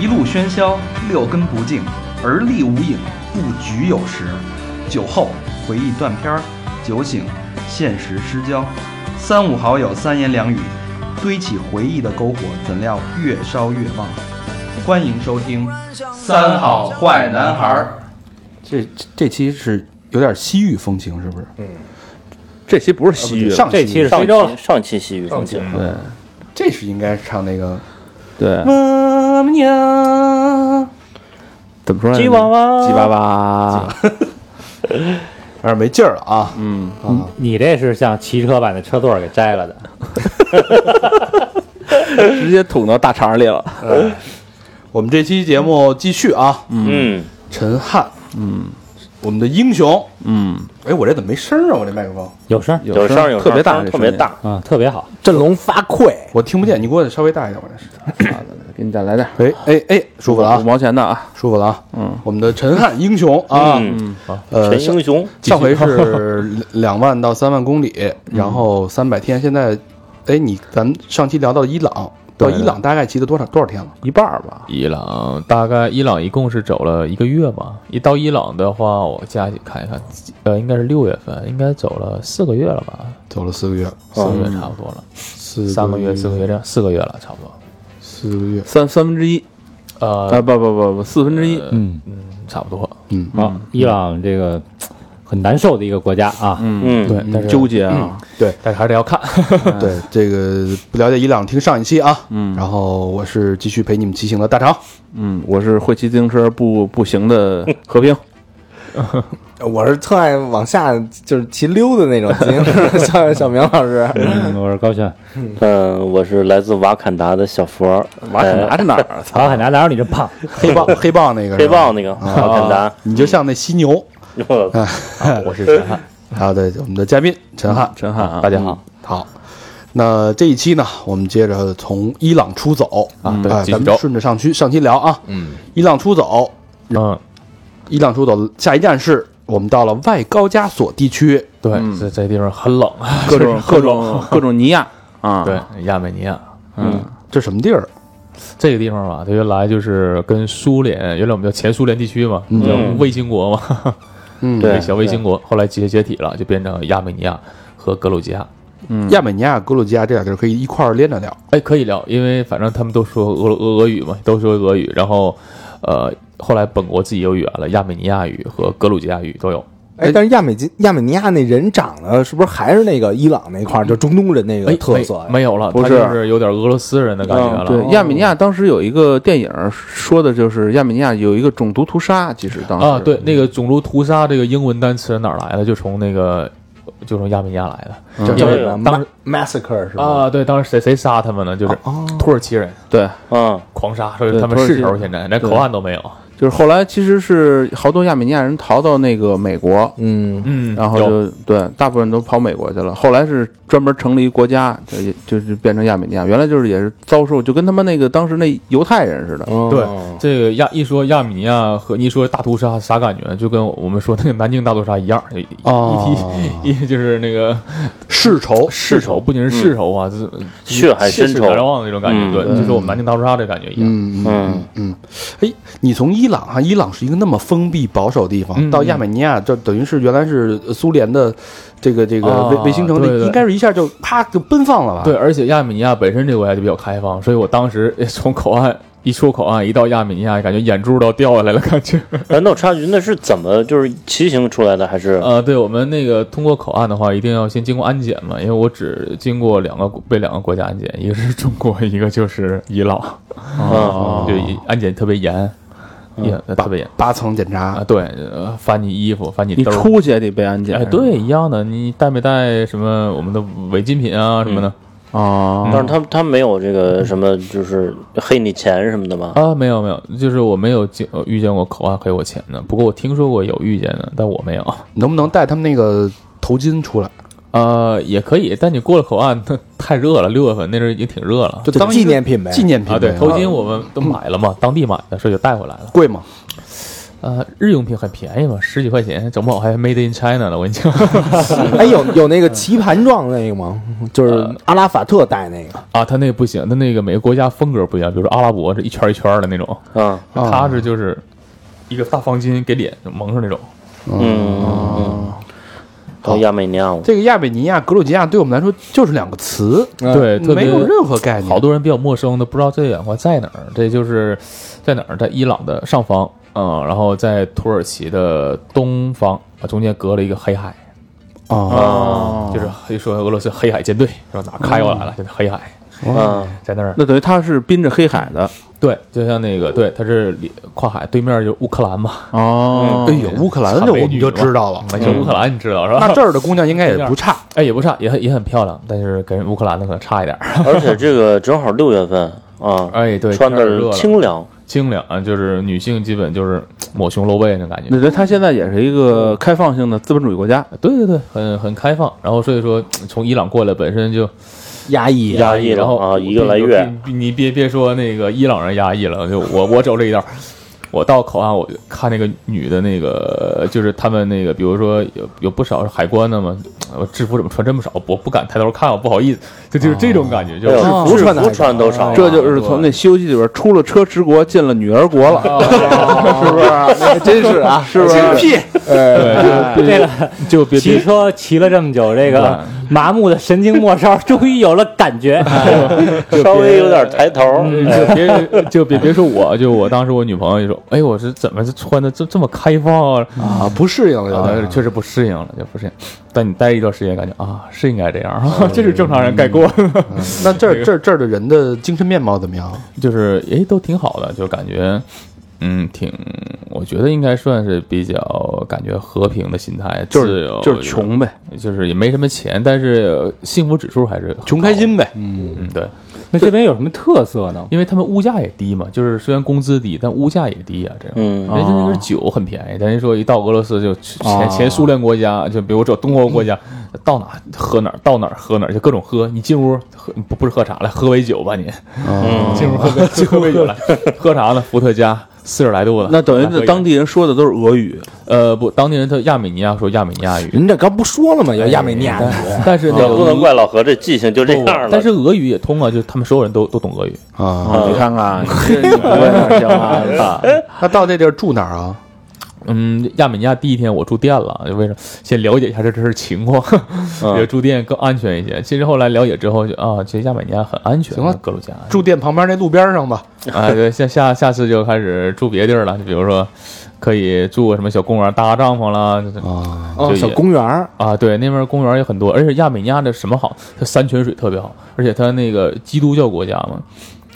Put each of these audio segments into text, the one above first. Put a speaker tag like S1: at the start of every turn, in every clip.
S1: 一路喧嚣，六根不净，而立无影，不局有时。酒后回忆断片儿，酒醒现实失焦。三五好友三言两语，堆起回忆的篝火，怎料越烧越旺。欢迎收听《三好坏男孩儿
S2: 这这期是有点西域风情，是不是？
S3: 这期不是西域，
S2: 上
S4: 这期是
S3: 上
S4: 非洲
S3: 期
S4: 了，
S3: 上期西域风情，
S2: 对，这是应该唱那个
S3: 对，
S2: 妈咪呀，怎么说来着？
S3: 吉娃娃
S2: 吉娃娃，有点没劲儿了啊。嗯啊，
S4: 你这是像骑车把那车座给摘了的，
S3: 直接捅到大肠里了。
S2: 我们这期节目继续啊，
S3: 嗯
S2: 陈汉，嗯，我们的英雄。
S3: 嗯，
S2: 哎，我这怎么没声儿啊？我这麦克风
S4: 有声儿
S3: 有
S2: 声
S3: 声
S2: 儿
S3: 儿有
S2: 特别大
S3: 声儿
S2: 这
S3: 特别
S2: 声音
S3: 大。
S4: 啊，特别好。
S5: 振聋发聩。
S2: 我听不见，你给我稍微大一点，我这是。
S3: 嗯给你再来点儿，
S2: 哎哎哎，舒服了
S3: 五
S2: 啊，
S3: 毛钱的啊。
S2: 舒服了啊。嗯，我们的陈汉英雄啊，
S3: 嗯，
S2: 呃，
S3: 陈
S2: 上
S3: 英雄，
S2: 上回是两万到三万公
S3: 嗯
S2: 里，然后三百天。现在，哎，你咱们上期聊到伊朗，到伊朗大概骑了多少多少天了？
S3: 一半儿吧。
S6: 伊朗呃大概伊朗一共是走了一个月吧。一到伊朗的话，我加起看一看，呃，应该是六月份，应该走了四个月了吧？
S2: 走了四个月，
S6: 四个月差不多了，
S2: 哦四
S6: 三个月、四个月这样，四个月了，差不多。
S2: 四个月。
S3: 三三分之一啊，
S6: 呃，
S3: 不不不不，四分之一。
S6: 嗯嗯，差不多。
S4: 啊，伊朗这个很难受的一个国家啊，
S3: 嗯，
S6: 对但是
S3: 纠结啊。
S2: 对
S6: 但是还是得要看。
S2: 对，这个不了解伊朗，听上一期啊。嗯，然后我是继续陪你们骑行的 大长，
S3: 嗯，我是会骑自行车不不行的和平。
S5: 我是特爱往下就是骑溜的那种自行车，像 小明老
S6: 哎
S5: 师，
S4: 嗯，我是高轩。
S7: 呃
S3: 嗯，我是来自瓦坎达的小佛。瓦坎达是哪
S7: 呃
S3: 儿？
S4: 好，海南哪有你这么胖？
S2: 黑豹黑豹那个
S3: 黑
S2: 是吧
S3: 豹那个瓦坎达。
S2: 你就像那犀牛。
S6: 我是陈汉，
S2: 还有对我们的嘉宾陈汉，嗯
S3: 陈汉啊，
S6: 嗯大家好
S2: 好，那这一期呢，我们接着从伊朗出走
S6: 啊对
S2: 哎
S6: 继续
S2: 咱们
S6: 走
S2: 顺着上期上期聊啊，
S6: 嗯
S2: 伊朗出走，
S6: 嗯，
S2: 伊朗出走，下一站是我们到了外高加索地区，嗯
S6: 对，这这地方很冷，
S3: 嗯各 种各种各种尼亚啊。
S6: 对，亚美尼亚。
S2: 这什么地儿？
S6: 这个地方吧，它原来就是跟苏联，原来我们叫前苏联地区嘛，叫卫星国嘛，
S2: 嗯，
S3: 对
S6: 那 小卫星国，后来解解体了，就变成亚美尼亚和格鲁吉亚。
S3: 嗯
S2: 亚美尼亚、格鲁吉亚这俩地儿可以一块儿连着聊。
S6: 哎，可以聊，因为反正他们都说俄俄俄语嘛，都说俄语，然后呃，后来本国自己有语言了，亚美尼亚语和格鲁吉亚语都有。
S5: 哎，但是亚美金亚美尼亚那人长得是不是还是那个伊朗那块儿，就中东人那
S6: 哎
S5: 个，特色
S6: 没没有了，
S3: 不
S6: 它
S3: 是
S6: 就是有点俄罗斯人的感觉
S3: 啊嗯，
S6: 了。哦
S3: 对，亚美尼亚当时有一个电影说的就是亚美尼亚有一个种族屠杀，其实当时
S6: 啊，对，那
S3: 嗯
S6: 个种族屠杀这个英文单词哪儿来的？就从那个就从亚美尼亚来的。
S5: 叫
S6: 因为
S5: 什么
S6: 当时
S5: ma- massacre 是吧？
S6: 啊，对，当时谁谁杀他们呢？就是土耳其人
S3: 对，
S7: 嗯，
S6: 狂杀，所以
S3: 哦对
S6: 他们
S3: 土耳
S6: 势
S3: 其
S6: 头
S3: 人
S6: 现在连
S3: 对
S6: 口岸都没有。
S3: 就是后来其实是好多亚美尼亚人逃到那个美国，
S5: 嗯，
S6: 嗯
S3: 然后就对，大部分都跑美国去了。后来是专门成立一国家，就也就是变成亚美尼亚。原来就是也是遭受，就跟他们那个当时那犹太人似的。
S5: 哦
S6: 对，这个亚一说亚美尼亚和一说大屠杀，啥感觉？就跟我们说那个南京大屠杀一样，一
S2: 哦
S6: 一一就是那个
S2: 世仇，
S6: 世仇，不仅是世仇啊，这
S7: 血海深
S6: 血
S7: 仇
S6: 海。难忘那种感觉，
S7: 嗯
S6: 对，就是我们南京大屠杀这感觉一样。
S2: 嗯嗯
S7: 嗯，
S2: 嗯，哎，你从伊朗哈，伊朗是一个那么封闭保守的地方，
S6: 嗯
S2: 到亚美尼亚，就等于是原来是呃苏联的这个这个
S6: 啊
S2: 卫卫星城，
S6: 对对
S2: 应该是一下就啪就奔放了吧？
S6: 对，，而且亚美尼亚本身这个国家就比较开放，所以我当时哎从口岸一出口岸，一到亚美尼亚，感觉眼珠都掉下来了，感觉。
S7: 哎，那我插一句，那是怎么就是骑行出来的，还是
S6: 呃，对我们那个通过口岸的话，一定要先经过安检嘛，因为我只经过两个国被两个国家安检，一个是中国，一个就是伊朗，
S7: 嗯
S6: 啊，对，安检特别严，也特别严
S2: 八层检查
S6: 啊，，对，呃翻你衣服，翻你
S3: 你
S6: 兜儿，
S3: 出去也得被安检。
S6: 哎，对，一样的，你带没带什么我们的违禁品啊什么的？
S3: 啊，
S6: 哦
S7: 但是他他没有这个什么，就是黑你钱什么的吗？
S6: 啊，没有没有，就是我没有经呃遇见过口岸黑我钱的，不过我听说过有遇见的，但我没有。
S2: 能不能带他们那个头巾出来？
S6: 呃，也可以，但你过了口岸， 它太热了，六月份那阵儿已经挺热了。
S2: 就
S5: 就
S2: 当一个
S5: 纪念品呗
S2: 纪念品
S6: 啊，对，
S2: 呗
S6: 头巾我们都买了嘛，当地买的，所以就带回来了。
S2: 贵吗？
S6: 呃，日用品很便宜嘛，十几块钱，整不好还 Made in China 呢。我跟你讲，
S5: 哎，有有那个棋盘状那个吗？
S6: 呃
S5: 就是阿拉法特戴那个，
S6: 啊，他那个不行，他那个每个国家风格不一样，比如说阿拉伯是一圈一圈的那种，
S7: 啊，
S6: 他是就是一个大方巾给脸蒙上那种。
S7: 嗯嗯，到亚美尼亚了，
S2: 这个亚美尼亚、格鲁吉亚对我们来说就是两个词，
S6: 对，特
S2: 没
S6: 别
S2: 有任何概念。
S6: 好多人比较陌生的，不知道这两国在哪儿。这就是在哪儿，在伊朗的上方，嗯，然后在土耳其的东方，啊，中间隔了一个黑海，
S2: 哦，嗯
S6: 就是黑说俄罗斯黑海舰队，然后哪儿开过来了，就是黑海，
S7: 啊，
S6: 在那儿。
S3: 那等于它是滨着黑海的
S6: 对，就像那个，对，它是里跨海，对面就乌克兰嘛，
S3: 哦
S2: 哎
S6: 嗯
S2: 呦，乌克兰的我们就知道了。
S6: 那就乌克兰，你知道是
S2: 那
S6: 吧？
S2: 这儿的姑娘应该也不差，
S6: 哎，也不差，也很也很漂亮，但是跟乌克兰的可能差一点儿。
S7: 而且这个正好六月份啊，
S6: 哎，对，
S7: 穿
S6: 天儿热
S7: 的
S6: 了
S7: 清凉，
S6: 清凉，啊就是女性基本就是抹胸露背那感觉。
S3: 那它现在也是一个开放性的资本主义国家，
S6: 对对对，很很开放。然后所以说，从伊朗过来本身就
S5: 压抑
S7: 压抑了
S6: 然后
S7: 啊，一个来月，
S6: 你你别别说那个伊朗人压抑了，就我我走这一道，我到口岸我就看那个女的那个，就是他们那个，比如说有有不少是海关的嘛，我制服怎么穿这么少？我不敢抬头看，我不好意思，就就是这种感觉，就
S7: 哎
S6: 是
S7: 呦
S5: 哦
S7: 制
S5: 制服
S7: 服穿都少了，
S3: 这就是从那《西游记》里边出了车迟国，进了女儿国了，是不是？
S5: 还真是 啊，
S3: 是不是？
S2: 屁，
S4: 这个
S6: 哎就别嗯
S4: 骑
S6: 别
S4: 车骑了这么久，这个麻木的神经末梢终于有了感 觉。
S6: 哎
S7: 稍微有点抬头，哎
S6: 就别就别别说我，就我当时我女朋友就说，哎，我是怎么是穿的这这么开放啊？
S2: 啊，不适应了有
S6: 啊，
S2: 点。
S6: 确实不适应了，就不适应。但你待一段时间，感觉啊，是应该这样，啊这是正常人该过
S4: 嗯
S6: 的，
S2: 那这儿这儿这儿的人的精神面貌怎么样？
S6: 就是诶，都挺好的，就感觉，嗯，挺，我觉得应该算是比较感觉和平的心态，
S3: 就
S6: 自
S3: 是
S6: 由
S3: 就是，穷呗，
S6: 就是也没什么钱，但是幸福指数还是很
S2: 穷开
S6: 高
S2: 心呗。
S6: 的。嗯，对，
S4: 那这边有什么特色呢？
S6: 因为他们物价也低嘛，就是虽然工资低，但物价也低啊，这样。
S7: 嗯，
S6: 人家那个酒很便宜，人家说一到俄罗斯就前
S3: 哦
S5: 啊
S6: 前苏联国家，就比如说东欧国家，到哪喝哪儿，到哪儿喝哪儿，就各种喝。你进屋喝不不是喝茶来，喝杯酒吧你，进屋喝杯酒喝杯酒来，喝啥呢？伏特加四十来度的，
S3: 那等于
S6: 来喝
S3: 那
S6: 一
S3: 当地人说的都是俄语，
S6: 呃不，当地人他亚美尼亚说亚美尼亚语，
S5: 人这刚不说了吗？
S6: 哎
S5: 有亚美尼亚语，
S3: 嗯
S6: 但是那
S7: 也
S6: 个
S7: 不能怪老何这记性就这
S6: 不
S7: 样了，
S6: 嗯但是俄语也通啊，就他们所有人都都懂俄语。
S2: 啊，
S7: 啊
S3: 你看看，你这你不会哪行啊？
S2: 那到那地儿住哪儿啊？
S6: 嗯，亚美尼亚第一天我住店了，为什么？先了解一下这真是情况，
S7: 嗯
S6: 觉得住店更安全一些。其实后来了解之后就啊，其实亚美尼亚很安全，
S2: 行了
S6: 格鲁 吉亚
S2: 住店旁边那路边上吧。
S6: 啊，对，下下下次就开始住别地儿了，就比如说可以住个什么小公园搭帐篷啦，就是
S2: 啊，
S5: 哦，小公园儿
S6: 啊，对，那边公园也很多，而且亚美尼亚的什么好？它山泉水特别好，而且它那个基督教国家嘛，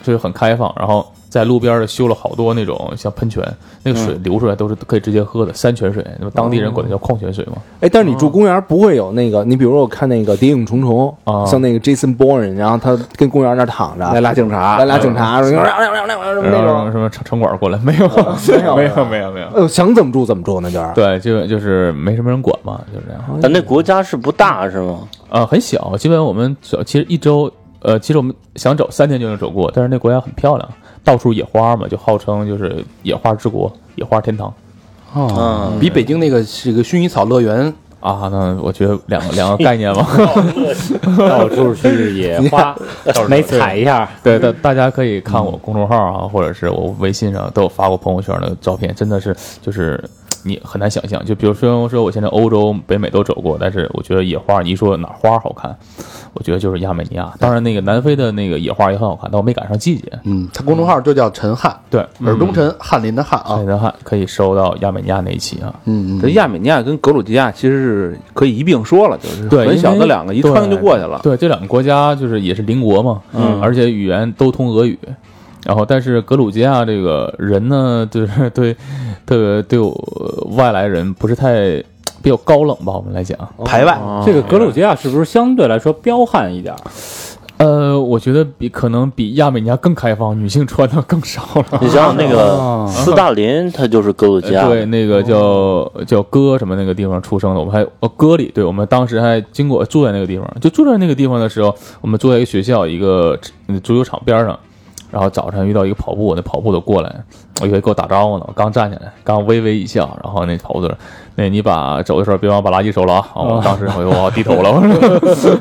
S6: 所以很开放。然后在路边儿修了好多那种像喷泉，那个水
S2: 嗯
S6: 流出来都是可以直接喝的山泉水，那么当地人管它叫矿泉水嘛。
S5: 哎，但是你住公园儿不会有那
S6: 哦
S5: 个，你比如说我看那个《谍影重重
S6: 啊》，
S5: 像那个 Jason Bourne，然后他跟公园那儿躺着，
S3: 来拉警察，
S5: 来俩警察，
S6: 哎
S5: 然后那
S6: 然后
S5: 种，
S6: 什么城城管过来没有？嗯没 有，没有，没有，没有。
S5: 哎呦，想怎么住怎么住呢，就是。
S6: 对，就就是没什么人管嘛，就是这样。
S7: 咱那国家是不大是吗？
S6: 呃，很小，基本我们走，其实一周，呃，其实我们想走三天就能走过，但是那国家很漂亮，到处野花嘛，就号称就是野花之国、野花天堂。
S2: 哦，比北京那个是个薰衣草乐园
S6: 啊，那我觉得两个两个概念吧，
S4: 到处是野 花，没踩一下，
S6: 对，大大家可以看我公众号啊，或者是我微信上都有发过朋友圈的照片，真的是就是你很难想象。就比如虽然说我现在欧洲、北美都走过，但是我觉得野花，你一说哪花好看，我觉得就是亚美尼亚。当然，那个南非的那个野花也很好看，但我没赶上季节。
S2: 嗯，他公众号就叫陈汉，
S6: 对，
S2: 尔东陈，翰林的翰啊
S6: 海。德汉可以收到亚美尼亚那一期啊。
S2: 嗯
S3: 这亚美尼亚跟格鲁吉亚其实是可以一并说了，就是
S6: 对，
S3: 很
S6: 因
S3: 小
S6: 为
S3: 的两个，一穿就过去了。
S6: 对，这两个国家就是也是邻国嘛，嗯，而且语言都通俄语。然后，但是格鲁吉亚这个人呢，就是 对，特别对我外来人不是太比较高冷吧，我们来讲。
S3: 哦
S2: 嗯，排外
S4: 这个格鲁吉亚是不是相对来说彪悍一点儿？
S6: 呃，我觉得比可能比亚美尼亚更开放，女性穿的更少了。
S7: 你想想那个斯大林，他就是格鲁吉亚，
S6: 哦呃对，那个叫叫哥什么那个地方出生的，我们还呃哥里，对我们当时还经过嗯住在那个地方，就住在那个地方的时候，我们住在一个学校一个呃足球场边上，然后早晨遇到一个跑步，那跑步的过来，我以为给我打招呼呢，我刚站起来，刚微微一笑，然后那跑步的说：“那你把走的时候别忘把垃圾收了啊！”啊我当时我就我低头了，我说：“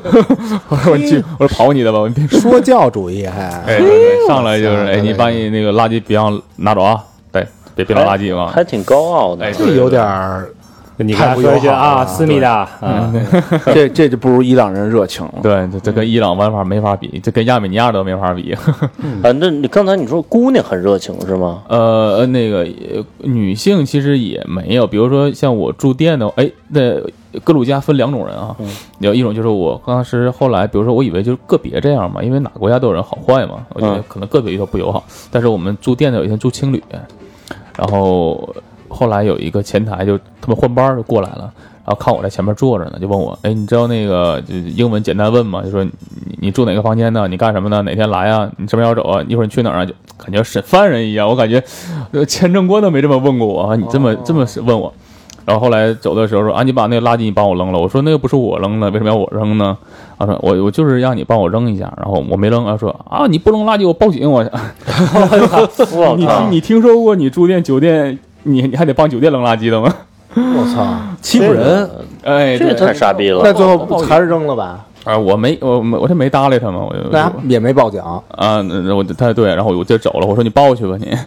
S6: 我说我去，我说跑你的吧，我别
S5: 说教主义还
S6: 哎，对对 上来就是哎，你把你那个垃圾别忘拿走啊，对，别别
S7: 还
S6: 扔垃圾嘛。
S7: 还挺高傲的
S6: 哎，。
S2: 这有点儿
S4: 你看说一句啊，思密达啊，
S6: 嗯
S3: 这这就不如伊朗人热情了。
S6: 对，这这跟伊朗玩法没法比，这跟亚美尼亚都没法比。
S7: 啊，那你刚才你说姑娘很热情是 吗？
S6: 呃，呃那个呃女性其实也没有，比如说像我住店的，哎，那格鲁吉亚分两种人啊，有一种就是我当时后来，比如说我以为就是个别这样嘛，因为哪国家都有人好坏嘛，我觉得
S7: 嗯
S6: 可能个别遇到不友好，但是我们住店的有一天住青旅，然后后来有一个前台就他们换班儿就过来了。然后看我在前面坐着呢，就问我，哎，你知道那个就是英文简单问吗？就说你你你住哪个房间呢？你干什么呢？哪天来啊？你什么时候走啊？一会儿你去哪儿啊？就感觉审犯人一样，我感觉呃签证官都没这么问过我啊，你这么这么问我。然后后来走的时候说啊，你把那个垃圾你帮我扔了。我说那个不是我扔的，为什么要我扔呢？啊，说我我就是让你帮我扔一下，然后我没扔。啊，说啊，你不扔垃圾我报警。我
S7: 我
S6: 你
S7: 靠
S6: 听！你听说过你住店酒店你你还得帮酒店扔垃圾的吗？
S5: 我操，
S2: 欺负人，
S6: 哎，
S7: 这也
S6: 对
S7: 太傻逼了
S5: 那！最后还是扔了吧？
S6: 啊，我没我我这没搭理他们，我就
S5: 那也没报警，
S6: 啊，那那我就他对，然后我就走了。我说你抱去吧你，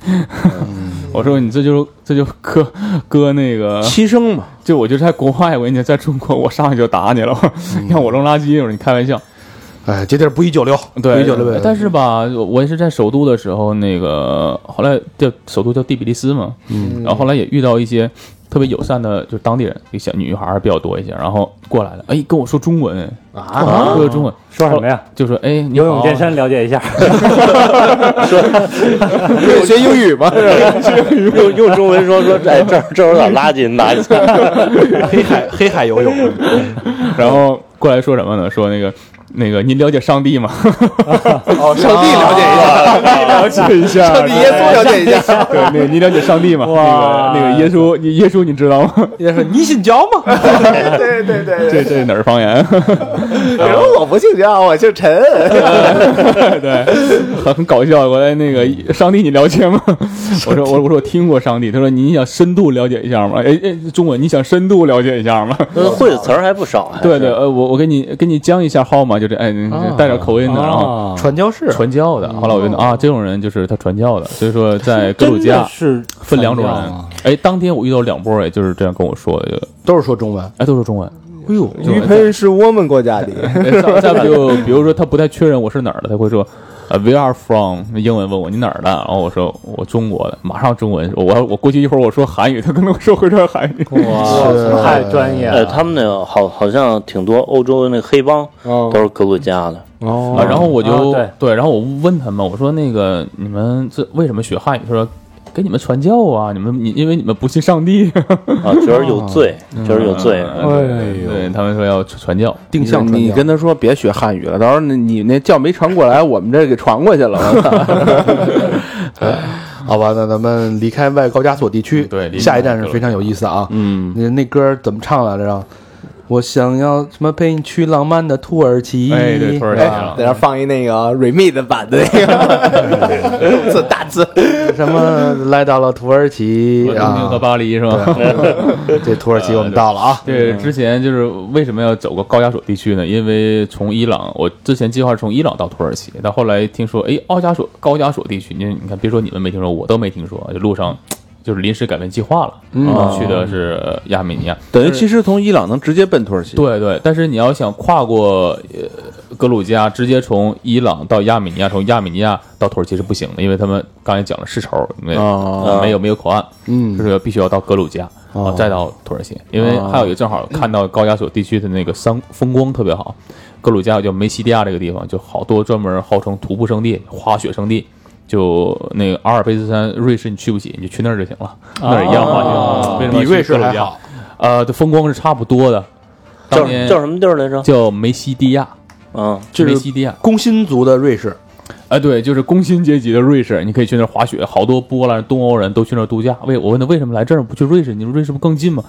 S3: 嗯
S6: 我说你这就这就搁搁那个
S3: 牺牲嘛，
S6: 就我就在国外，我跟你讲，在中国我上去就打你了，
S3: 嗯
S6: 让我扔垃圾，我说你开玩笑。
S2: 哎，这地儿不宜久留，不宜
S6: 对呃
S2: 久留。，
S6: 但是吧，我我也是在首都的时候，那个后来叫首都叫第比利斯嘛，嗯，然后后来也遇到一些特别友善的，就是当地人，就小女孩儿比较多一些，然后过来了，哎，跟我说中文啊，说中文，
S4: 说什么呀？
S6: 就说哎，你
S4: 游
S6: 好
S4: 泳
S6: 啊
S4: 健身了解一下，
S5: 学英语吗？
S7: 用用中文说说，哎，这儿这儿有点垃圾，你拿一下。
S2: 黑海黑海游泳，
S6: 然后过来说什么呢？说那个那个，您了解上帝吗？
S5: 哦，上帝了解一下，
S6: 了解一下，
S5: 上帝耶稣了 解一下，
S6: 对，那个您了解上帝吗？
S4: 哇
S6: 那个那个耶稣，你耶稣你知道吗？
S2: 人家说你信教吗？
S6: 这这是哪儿方言？
S5: 比如哎
S6: 哦
S5: 我不姓张，我姓陈，
S6: 对，很很搞笑。我来那个上帝，你了解 吗？我说我我说我听过上帝。他说你想深度了解一下吗？哎哎，中文你想深度了解一下吗？
S7: 那 会的词儿还不少，哎还
S6: 对
S7: 是
S6: 对，呃，我我给你给你讲一下号码，就这哎，你你带点口音的，然后
S4: 啊
S2: 传教士，
S6: 传教
S4: 嗯
S6: 的。后来我觉得啊，这种人就是他传教的，所以说在格鲁
S4: 真
S6: 吉亚
S4: 的是
S6: 分两种人
S4: 传教啊。
S6: 哎，当天我遇到两波，哎，就是这样跟我说的，就
S2: 都是说中文，
S6: 哎都是中 文。哎呦，
S5: 于喷是我们国家的，
S6: 再再不就比如说他不太确认我是哪儿的，他会说。呃、w h e r e from？英文问我你哪儿的，然后我说我中国的，马上中文。我我估计一会儿我说韩语，他可能说会说韩
S4: 哦
S6: 语。
S4: 哇，太专业啊
S7: 呃，
S4: 了。
S7: 他们那个好好像挺多欧洲的那个黑帮
S5: 哦
S7: 都是格鲁吉亚的，
S5: 哦
S6: 啊，然后我就、
S4: 啊
S6: 对，然后我问他们，我说那个你们这为什么学汉语？他说给你们传教啊，你们你因为你们不信上帝。
S7: 啊，觉得有罪，嗯觉得有罪。
S6: 嗯对对，他们说要传教。
S2: 定向传
S3: 你
S2: 教。
S3: 跟他说别学汉语了，到时候你你那教没传过来，我们这给传过去了。我操
S2: 好吧，那咱们离开外高加索地区，
S6: 对离开
S2: 下一站是非常有意思的啊。嗯，那那歌怎么唱来着啊？我想要什么陪你去浪漫的土耳其？
S6: 哎，对，土耳其
S5: 哎
S6: 啊，
S5: 在那儿放一那个 remix 版的那个用字大字，
S2: 哎什么来到了土耳其
S6: 东京和
S2: 啊？
S6: 巴黎是吧？
S2: 这土耳其我们到了啊，
S6: 对，之前就是为什么要走个高加索地区呢？因为从伊朗，我之前计划是从伊朗到土耳其，但后来听说，哎，奥加索高加索地区，你你看，别说你们没听说，我都没听说，就路上就是临时改变计划了，然后去的是呃亚美尼亚。
S3: 等于其实从伊朗能直接奔土耳其。
S6: 对对，但是你要想跨过呃格鲁吉亚，直接从伊朗到亚美尼亚，从亚美尼亚到土耳其是不行的，因为他们刚才讲了世仇，没、
S3: 啊
S6: 没有没有口岸，
S2: 嗯
S6: 就是必须要到格鲁吉亚，啊，再到土耳其，因为还有一个正好看到高加索地区的那个山风光特别好，格鲁吉亚叫梅西迪亚这个地方，就好多专门号称徒步圣地、滑雪圣地。就那个阿尔卑斯山，瑞士你去不起，你就去那儿就行了，那儿一样滑雪，为什么
S2: 比
S6: 要去
S2: 瑞士
S6: 格鲁
S2: 还
S6: 吉亚
S2: 好。
S6: 呃，这风光是差不多的。
S7: 叫
S6: 当年
S7: 叫什么地儿来着？
S6: 叫梅西蒂亚，
S7: 嗯，
S2: 啊就是
S6: 梅西蒂亚，
S2: 工薪族的瑞士，
S6: 哎，对，就是工薪阶级的瑞士，你可以去那儿滑雪，好多波兰、东欧人都去那儿度假。为我问他为什么来这儿不去瑞士？你说瑞士不更近 吗？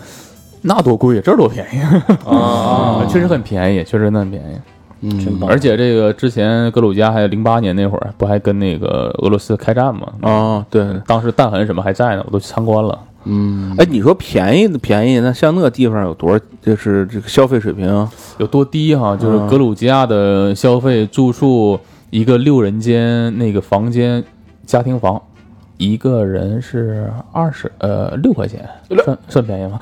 S6: 那多贵呀，这儿多便宜啊！确实很便宜，确实那很便宜。
S2: 嗯
S7: 真棒！
S6: 而且这个之前格鲁吉亚还有零八年那会儿，不还跟那个俄罗斯开战吗？
S3: 哦，对，
S6: 当时弹痕什么还在呢，我都去参观了。
S3: 嗯，哎，你说便宜便宜，那像那地方有多少？就是这个消费水平啊，
S6: 有多低哈？就是格鲁吉亚的消费住宿一个六人间那个房间家庭房，一个人是二十呃六块钱，算算便宜吗？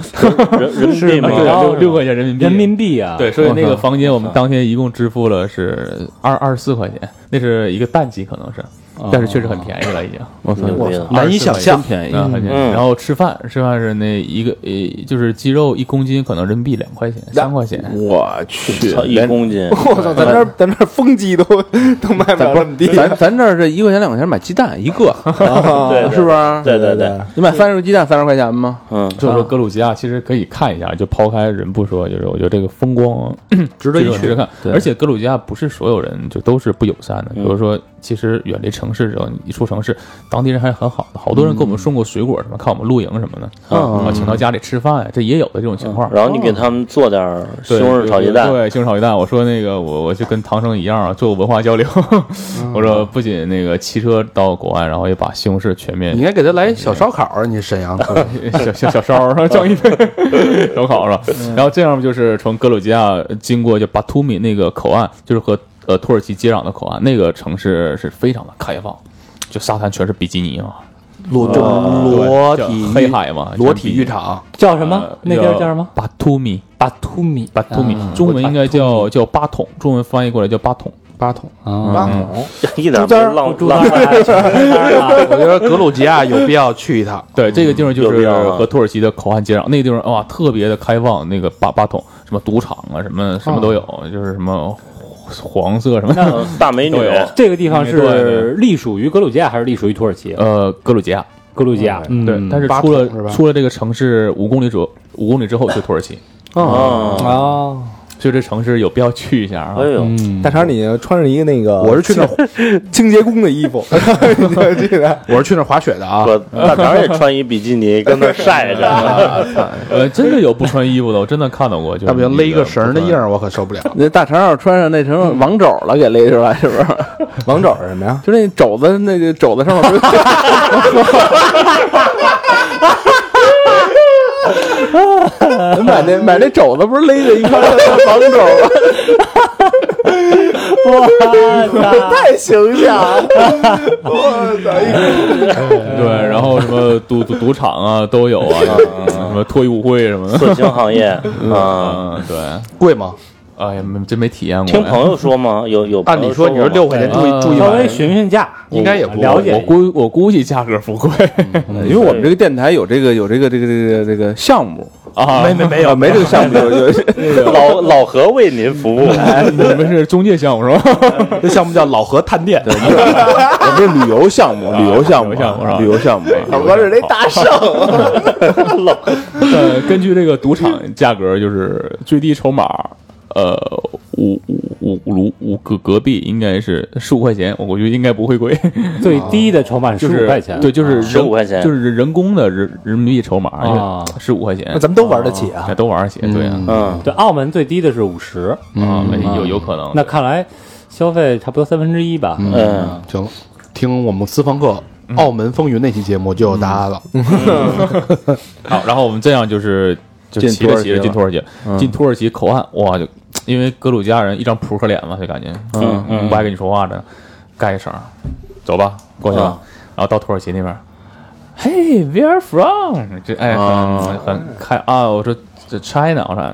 S6: 啊
S7: 人人民币嘛，
S6: 对，六六块钱人民币。
S4: 人民币啊，
S6: 对，所以那个房间我们当天一共支付了是二二十四块钱，那是一个淡季可能是，但是确实很便宜了已经。
S3: 我操，
S7: 牛逼了！
S2: 难以想象
S3: 真便宜。
S6: 啊，很简
S7: 嗯
S6: 单。然后吃饭，吃饭是那一个呃，就是鸡肉一公斤可能人民币两块钱、三块钱。
S3: 我去，
S7: 操，一
S3: 连
S7: 公斤，
S5: 我操，咱这儿咱这儿风机都 都卖不
S3: 咱
S5: 了
S3: 不
S5: 这么低啊
S3: 是，咱咱这儿这一块钱两块钱买鸡蛋一个，
S7: 对，
S3: 是不是？
S7: 对对对，
S3: 你买三十个鸡蛋三十块钱吗？
S7: 嗯，
S6: 就是说格鲁吉亚其实可以看一下，就抛开人不说，就是我觉得这个风 光值得一去，值得看。而且格鲁吉亚不是所有人就都是不友善的，比
S7: 嗯
S6: 如说，其实远离城市之后，你一出城市，当地人还是很好的，好多人给我
S7: 嗯
S6: 们送过水果什么，看我们露营什么的，啊，请到家里吃饭呀，这也有的这种情况。
S7: 嗯然后你给他们做点儿西
S6: 对
S7: 红柿炒鸡蛋，
S6: 对，西红柿炒鸡蛋。我说那个，我我就跟唐生一样啊，做文化交流。
S7: 嗯
S6: 我说不仅那个骑车到国外，然后也把西红柿全面
S2: 你应该给他来小烧烤啊！你沈阳特产
S6: 小小小烧儿，然后整一
S2: 嗯
S6: 堆 烧烤是吧？
S4: 嗯
S6: 然后这样就是从格鲁吉亚经过就巴图米那个口岸，就是和呃土耳其接壤的口岸，那个城市是非常的开放，就沙滩全是比基尼嘛，
S2: 裸哦就裸体
S6: 叫黑海嘛，
S2: 裸体浴场，
S4: 叫什
S6: 什
S4: 么？那地儿叫什么？？
S6: 呃巴图米，
S4: 巴图米，
S6: 巴图米，
S2: 嗯
S6: 中文应该叫叫巴统，中文翻译过来叫巴统。
S2: 八桶。
S5: 八桶，
S7: 一点儿没浪
S4: 住那
S7: 浪
S4: 儿
S7: 费。
S4: 了
S2: 我觉得格鲁吉亚有必要去一趟。
S6: 对，这个地方就
S7: 有必
S6: 是
S7: 要啊
S6: 和土耳其的口岸接壤，那个地方哇特别的开放，那个巴巴统什么赌场啊，什么
S4: 哦
S6: 什么都有，就是什么黄色什么的。
S7: 嗯 大美女
S6: 都，有
S4: 这个地方
S6: 对对对
S4: 是隶属于格鲁吉亚还是隶属于土耳其？
S6: 呃，格鲁吉亚，
S4: 格鲁吉亚，嗯
S6: 对，但是
S2: 巴
S6: 出了
S2: 统是吧
S6: 出了这个城市五公里左五公里之后就土耳其，
S7: 啊，
S4: 哦，
S6: 所以这城市有必要去一下啊
S7: 哎。呦，
S5: 大肠，你穿着一个那个，
S2: 我是去那
S5: 清洁工的 衣服，你就记得
S2: 我是去那儿滑雪的啊，
S7: 我大肠也穿一比基尼跟那儿晒 着，
S6: 呃，真的有不穿衣服的，我真的看到过，就是
S2: 要不行勒一个绳儿的
S6: 不
S2: 印
S6: 穿
S2: 儿，我可受不了。
S3: 那大肠要穿上那成王肘了，给勒出来是不嗯 是？
S5: 王肘是什么呀？
S3: 就那肘子，那个肘子上面不是 买那买那肘子不是勒着一块儿的王肘吗？
S5: 太形象了，我操！
S6: 对，然后什么赌赌赌场啊都有啊，什么脱衣舞会什么的。
S7: 色情行业啊。
S6: 嗯，对，
S2: 贵吗？
S6: 哎呀，没真没体验过。
S7: 听朋友说吗？有有朋
S2: 按
S7: 友
S2: 理说你
S7: 过
S2: 说六
S7: 吗
S2: 块钱
S6: 哎
S2: 住一
S6: 啊
S2: 住一
S4: 稍
S2: 晚
S4: 微，询询价，
S6: 嗯
S2: 应该也不贵
S4: 了解
S6: 我估我估计价格不贵
S3: 因为我们这个电台有这个有这个这个这个这个项目，
S6: 啊，没没没有
S3: 没这个项目有有
S7: 老老何为您服务，
S6: 你们是中介项目是吧？
S2: 这项目叫老河探店，
S3: 我们是旅游项目，旅游项目
S6: 旅游项目是
S3: 啊，
S6: 吧
S3: 旅游项目啊。
S5: 我是那大圣，
S6: 呃，根据这个赌场价格，就是最低筹码，呃，五五五五五个隔壁应该是十五块钱，我估计应该不会贵，
S4: 最低的筹码
S6: 就
S4: 十
S6: 是
S4: 五块钱，
S6: 对，就是
S7: 15块啊钱
S6: 就是人工的人人民币筹码
S4: 啊，
S6: 十五块钱，
S5: 咱们都玩得起啊
S6: 哎，都玩得起，对啊，
S7: 嗯，
S4: 对，澳门最低的是五十，
S6: 啊，有有可能，
S4: 嗯那看来消费差不多三分之一吧。
S7: 嗯，
S2: 行，听我们私房课《澳门风云》那期节目就有答案了。
S6: 好， 然后我们这样就是就
S3: 进
S6: 骑
S3: 土
S6: 着
S3: 耳
S6: 骑着
S3: 其
S6: 进
S3: 了
S6: 土耳其，嗯进土耳其口岸，哇，就因为格鲁吉亚人一张扑克脸嘛，就感觉
S7: 嗯嗯
S6: 不爱跟你说话的，干一声，走吧，过去吧，然后到土耳其那边，Hey, 啊 where from？这哎很很开啊，我说这 China，我说。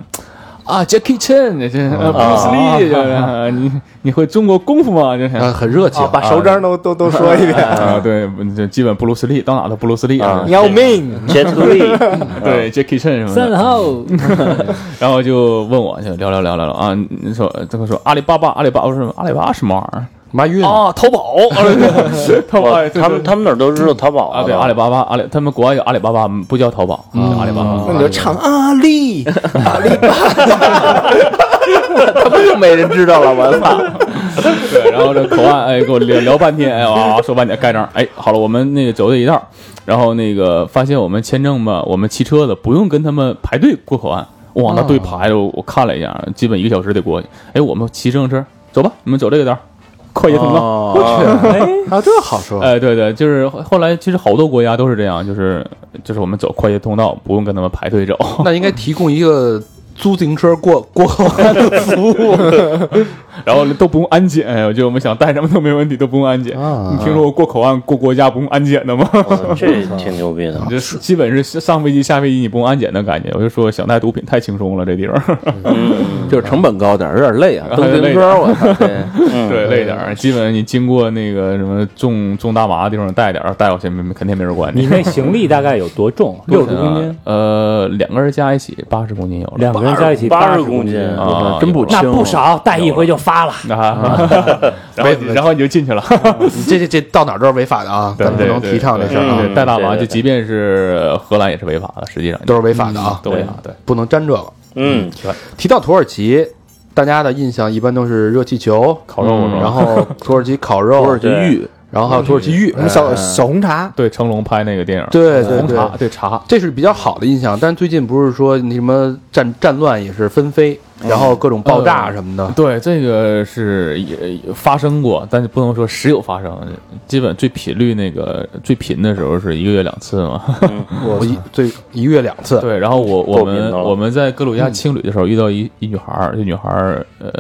S6: 啊，Jackie Chan，这这呃，Bruce Lee，就是啊你你会中国功夫吗？就是
S2: 啊，很热情，
S3: 哦
S5: 把手章
S3: 啊
S5: 都都都说一遍，
S6: 啊，对，这基本布鲁斯利，到哪都布鲁斯
S7: 嗯
S6: 利啊，
S5: 要命！
S7: 杰特利，
S6: 对，Jackie Chan 什么
S4: 三
S6: 的。
S4: 号，
S6: 然后就问我，就聊聊聊聊聊啊，你说这个说阿里巴巴，阿里巴巴，我说阿里巴巴什么玩
S2: 妈晕
S6: 意儿？啊，淘宝，淘宝，
S7: 哦我他们他们哪儿都知道淘宝
S6: 啊，对，阿里巴巴，阿里，他们国外有阿里巴巴，不叫淘宝，叫阿里巴巴。
S5: 那你就唱阿丽，
S3: 他们就没人知道了，我操！
S6: 对，然后这口岸，哎，给我聊聊半天，哎，哇，说半天盖章，哎，好了，我们那个走这一道，然后那个发现我们签证吧，我们骑车的不用跟他们排队过口岸，哇，那队排的，我我看了一下，基本一个小时得过去。哎，我们骑自行车走吧，你们走这个道儿，快捷通道。
S3: 哦，
S2: 啊，这好说，
S6: 哎，对对，就是后后来其实好多国家都是这样，就是就是我们走快捷通道，不用跟他们排队走。
S2: 那应该提供一个租自行车过过 后的服务
S6: 然后都不用安检，哎我觉得我们想带什么都没问题，都不用安检。
S2: 啊
S6: 你听说过过口岸、过国家不用安检的吗？
S7: 哦这挺牛逼的。
S6: 就是基本是上飞机、下飞机你不用安检的感觉。我就说想带毒品太轻松了，这地方。
S3: 就是成本高点儿，有啊点累啊，
S6: 有
S3: 蹬
S6: 点
S3: 自
S6: 累
S3: 行车，我操，这
S6: 对，累点儿。基本你经过那个什么种种大麻的地方带点儿，带过去没没肯定没人管
S4: 你那行李大概有多重？六
S6: 啊
S4: 十公斤，
S6: 呃，两个人加一起八十公斤有了。
S4: 两个人在一起
S7: 八
S4: 嗯八
S7: 十
S4: 公
S7: 公斤嗯
S4: 斤，
S6: 啊，
S3: 真不
S4: 那
S3: 轻
S4: 不少，带一回就发了。
S6: 啊， 然后然后你就进去了。
S2: 你这这这到哪儿都是违法的啊，
S6: 对
S2: 咱们不能
S6: 对
S2: 提倡这事儿
S6: 对
S2: 啊，
S6: 对带大麻
S7: 对对
S6: 就
S7: 对
S6: 即便是荷兰也是违法的，实际上
S2: 都是违法的啊，
S6: 都违法。对，
S2: 不能沾这个。
S7: 嗯，
S2: 提到土耳其，大家的印象一般都是热气球、烤
S6: 肉是吧
S2: 然后土耳其烤 肉、土耳
S7: 其浴，
S2: 然
S6: 嗯
S2: 后还有土耳其浴
S5: 什，么小小红茶，
S6: 对成龙拍那个电影，
S2: 对对
S6: 嗯红茶，
S2: 对，
S6: 对茶，
S2: 这是比较好的印象。但是最近不是说那什么战战乱也是纷飞，然后
S6: 嗯
S2: 各种爆炸什么的，
S6: 对这个是也也发生过，但是不能说时有发生，基本最频率那个最频的时候是一个月两次嘛。
S2: 我一最一个月两次，
S6: 嗯对，然后我我
S7: 够频
S6: 们
S7: 的了
S6: 我们在格鲁吉亚青旅的时候遇到一一女孩儿，这女孩儿呃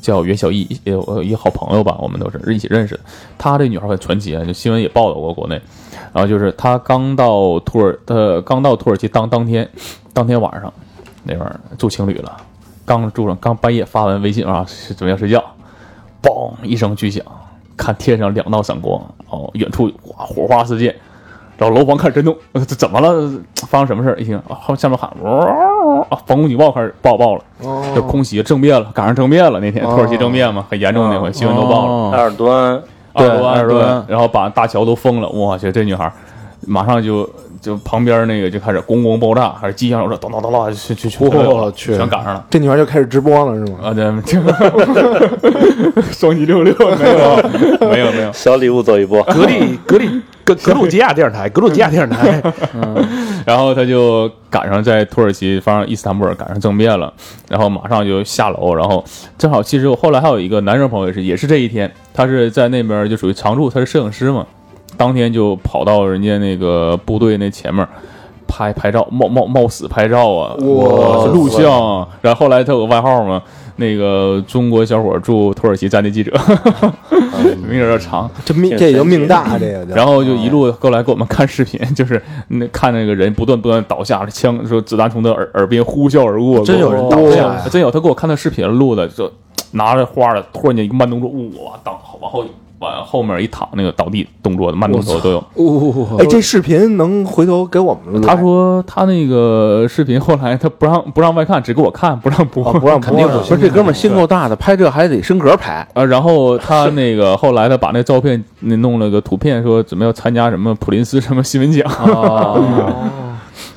S6: 叫袁小艺，也有呃一个好朋友吧，我们都是一起认识的。她这女孩儿很传奇啊，就新闻也报道过国内。然后就是她刚到土耳呃刚到土耳其当当天当天晚上那边儿住青旅了，刚住上刚半夜发完微信啊准备要睡觉，嘣一声巨响，看天上两道闪光，哦远处哇火花四溅。然后楼房开始震动， 呃这怎么了？发生什么事儿？一听，啊后下面喊，呜、啊，防空警报开始报报了，就空袭政变了，赶上政变了。那天土耳其政变嘛，很严重那回，新闻都报了。
S7: 埃尔多安，
S6: 哦对，
S3: 对
S6: 二
S3: 二
S6: 十
S3: 十多
S6: 多万
S3: 万，
S6: 然后把大桥都封了。我去，这女孩儿马上就就旁边那个就开始咣咣爆炸，还是机枪手说咚咚咚咚，哦去去去，
S2: 我去
S6: 全赶上了。
S5: 这女孩就开始直播了是吗？
S6: 啊，对，这 个双击六六没 有，没有，没有。
S7: 小礼物走一波。
S2: 格力格力格格鲁吉亚电视台，格鲁吉亚电视台，
S6: 嗯然后他就赶上在土耳其发生伊斯坦布尔赶上政变了，然后马上就下楼，然后正好其实我后来还有一个男生朋友也是也是这一天，他是在那边就属于常驻，他是摄影师嘛，当天就跑到人家那个部队那前面。拍拍照，冒冒冒死拍照啊！哇，是录像啊。然后后来他有个外号嘛，那个中国小伙驻土耳其战地记者， 名字有点长。
S5: 这命这也就 命大，这个就
S6: 哦然后就一路过来给我们看视频， 就是那看那个人不断不断倒下，枪说子弹从他耳耳边呼啸而过，
S2: 哦真有人倒下呀
S6: 哇真有。他给我看他视频录的，就拿着花的，突然间一个慢动作，哇，当往后往后面一躺，那个倒地动作慢动作都有。
S5: 哎，这视频能回头给我们来
S6: 他说他那个视频后来他不让不让外看，只给我看，不让播。
S5: 啊不让播了
S3: 不是这哥们儿心够大的，拍这还得升格拍，
S6: 啊，然后他那个后来他把那照片那弄了个图片，说准备要参加什么普林斯什么新闻奖，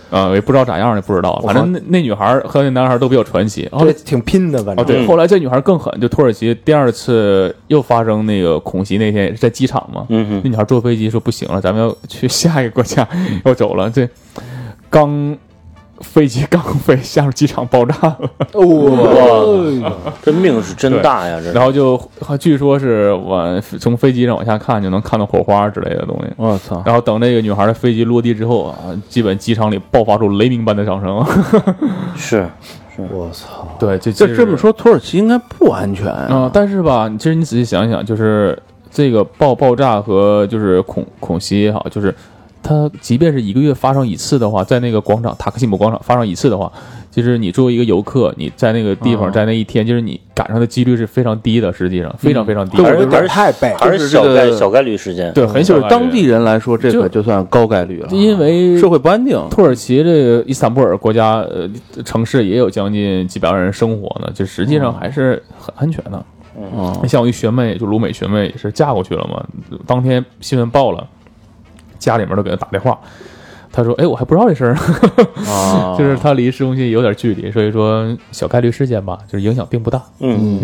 S6: 啊，也不知道咋样呢，不知道。反正那那女孩儿和那男孩儿都比较传奇。后
S5: 这
S6: 来
S5: 挺拼的，反
S6: 哦，
S5: 正
S6: 对，后来这女孩儿更狠，就土耳其第二次又发生那个恐袭那天也是在机场嘛，
S7: 嗯哼
S6: 那女孩儿坐飞机说不行了，咱们要去下一个国家， 要走了。这刚飞机刚飞，下面机场爆炸了。哦
S7: 哇，这命是真大呀！这
S6: 然后就据说是往从飞机上往下看就能看到火花之类的东西。
S3: 我操，
S6: 然后等这个女孩的飞机落地之后啊，基本机场里爆发出雷鸣般的掌声。
S7: 是
S6: 对，就
S3: 就这么说，土耳其应该不安全
S6: 啊、但是吧，其实你仔细想一想，就是这个爆爆炸和就是恐恐袭也好，就是它即便是一个月发生一次的话，在那个广场塔克西姆广场发生一次的话，其实你作为一个游客，你在那个地方、在那一天，就是你赶上的几率是非常低的，实际上非常非常低。
S5: 我
S7: 而
S5: 有点太背，
S7: 还是小
S3: 就
S7: 概
S3: 是这个
S7: 小概率事件。
S6: 嗯对，很小
S3: 就
S6: 的
S3: 是
S6: 概率嗯
S3: 当地人来说，这
S6: 就
S3: 可就算高概率了，啊
S6: 因为
S3: 社会不安定。
S6: 土耳其这个伊斯坦布尔国家呃城市也有将近几百万人生活呢，就实际上还是很安全的。
S3: 哦，
S6: 像我一学妹，就鲁美学妹也是嫁过去了嘛，当天新闻报了，家里面都给她打电话，她说：“哎，我还不知道这事儿，
S3: 啊
S6: 就是她离市中心有点距离，所以说小概率事件吧，就是影响并不大。
S7: 嗯，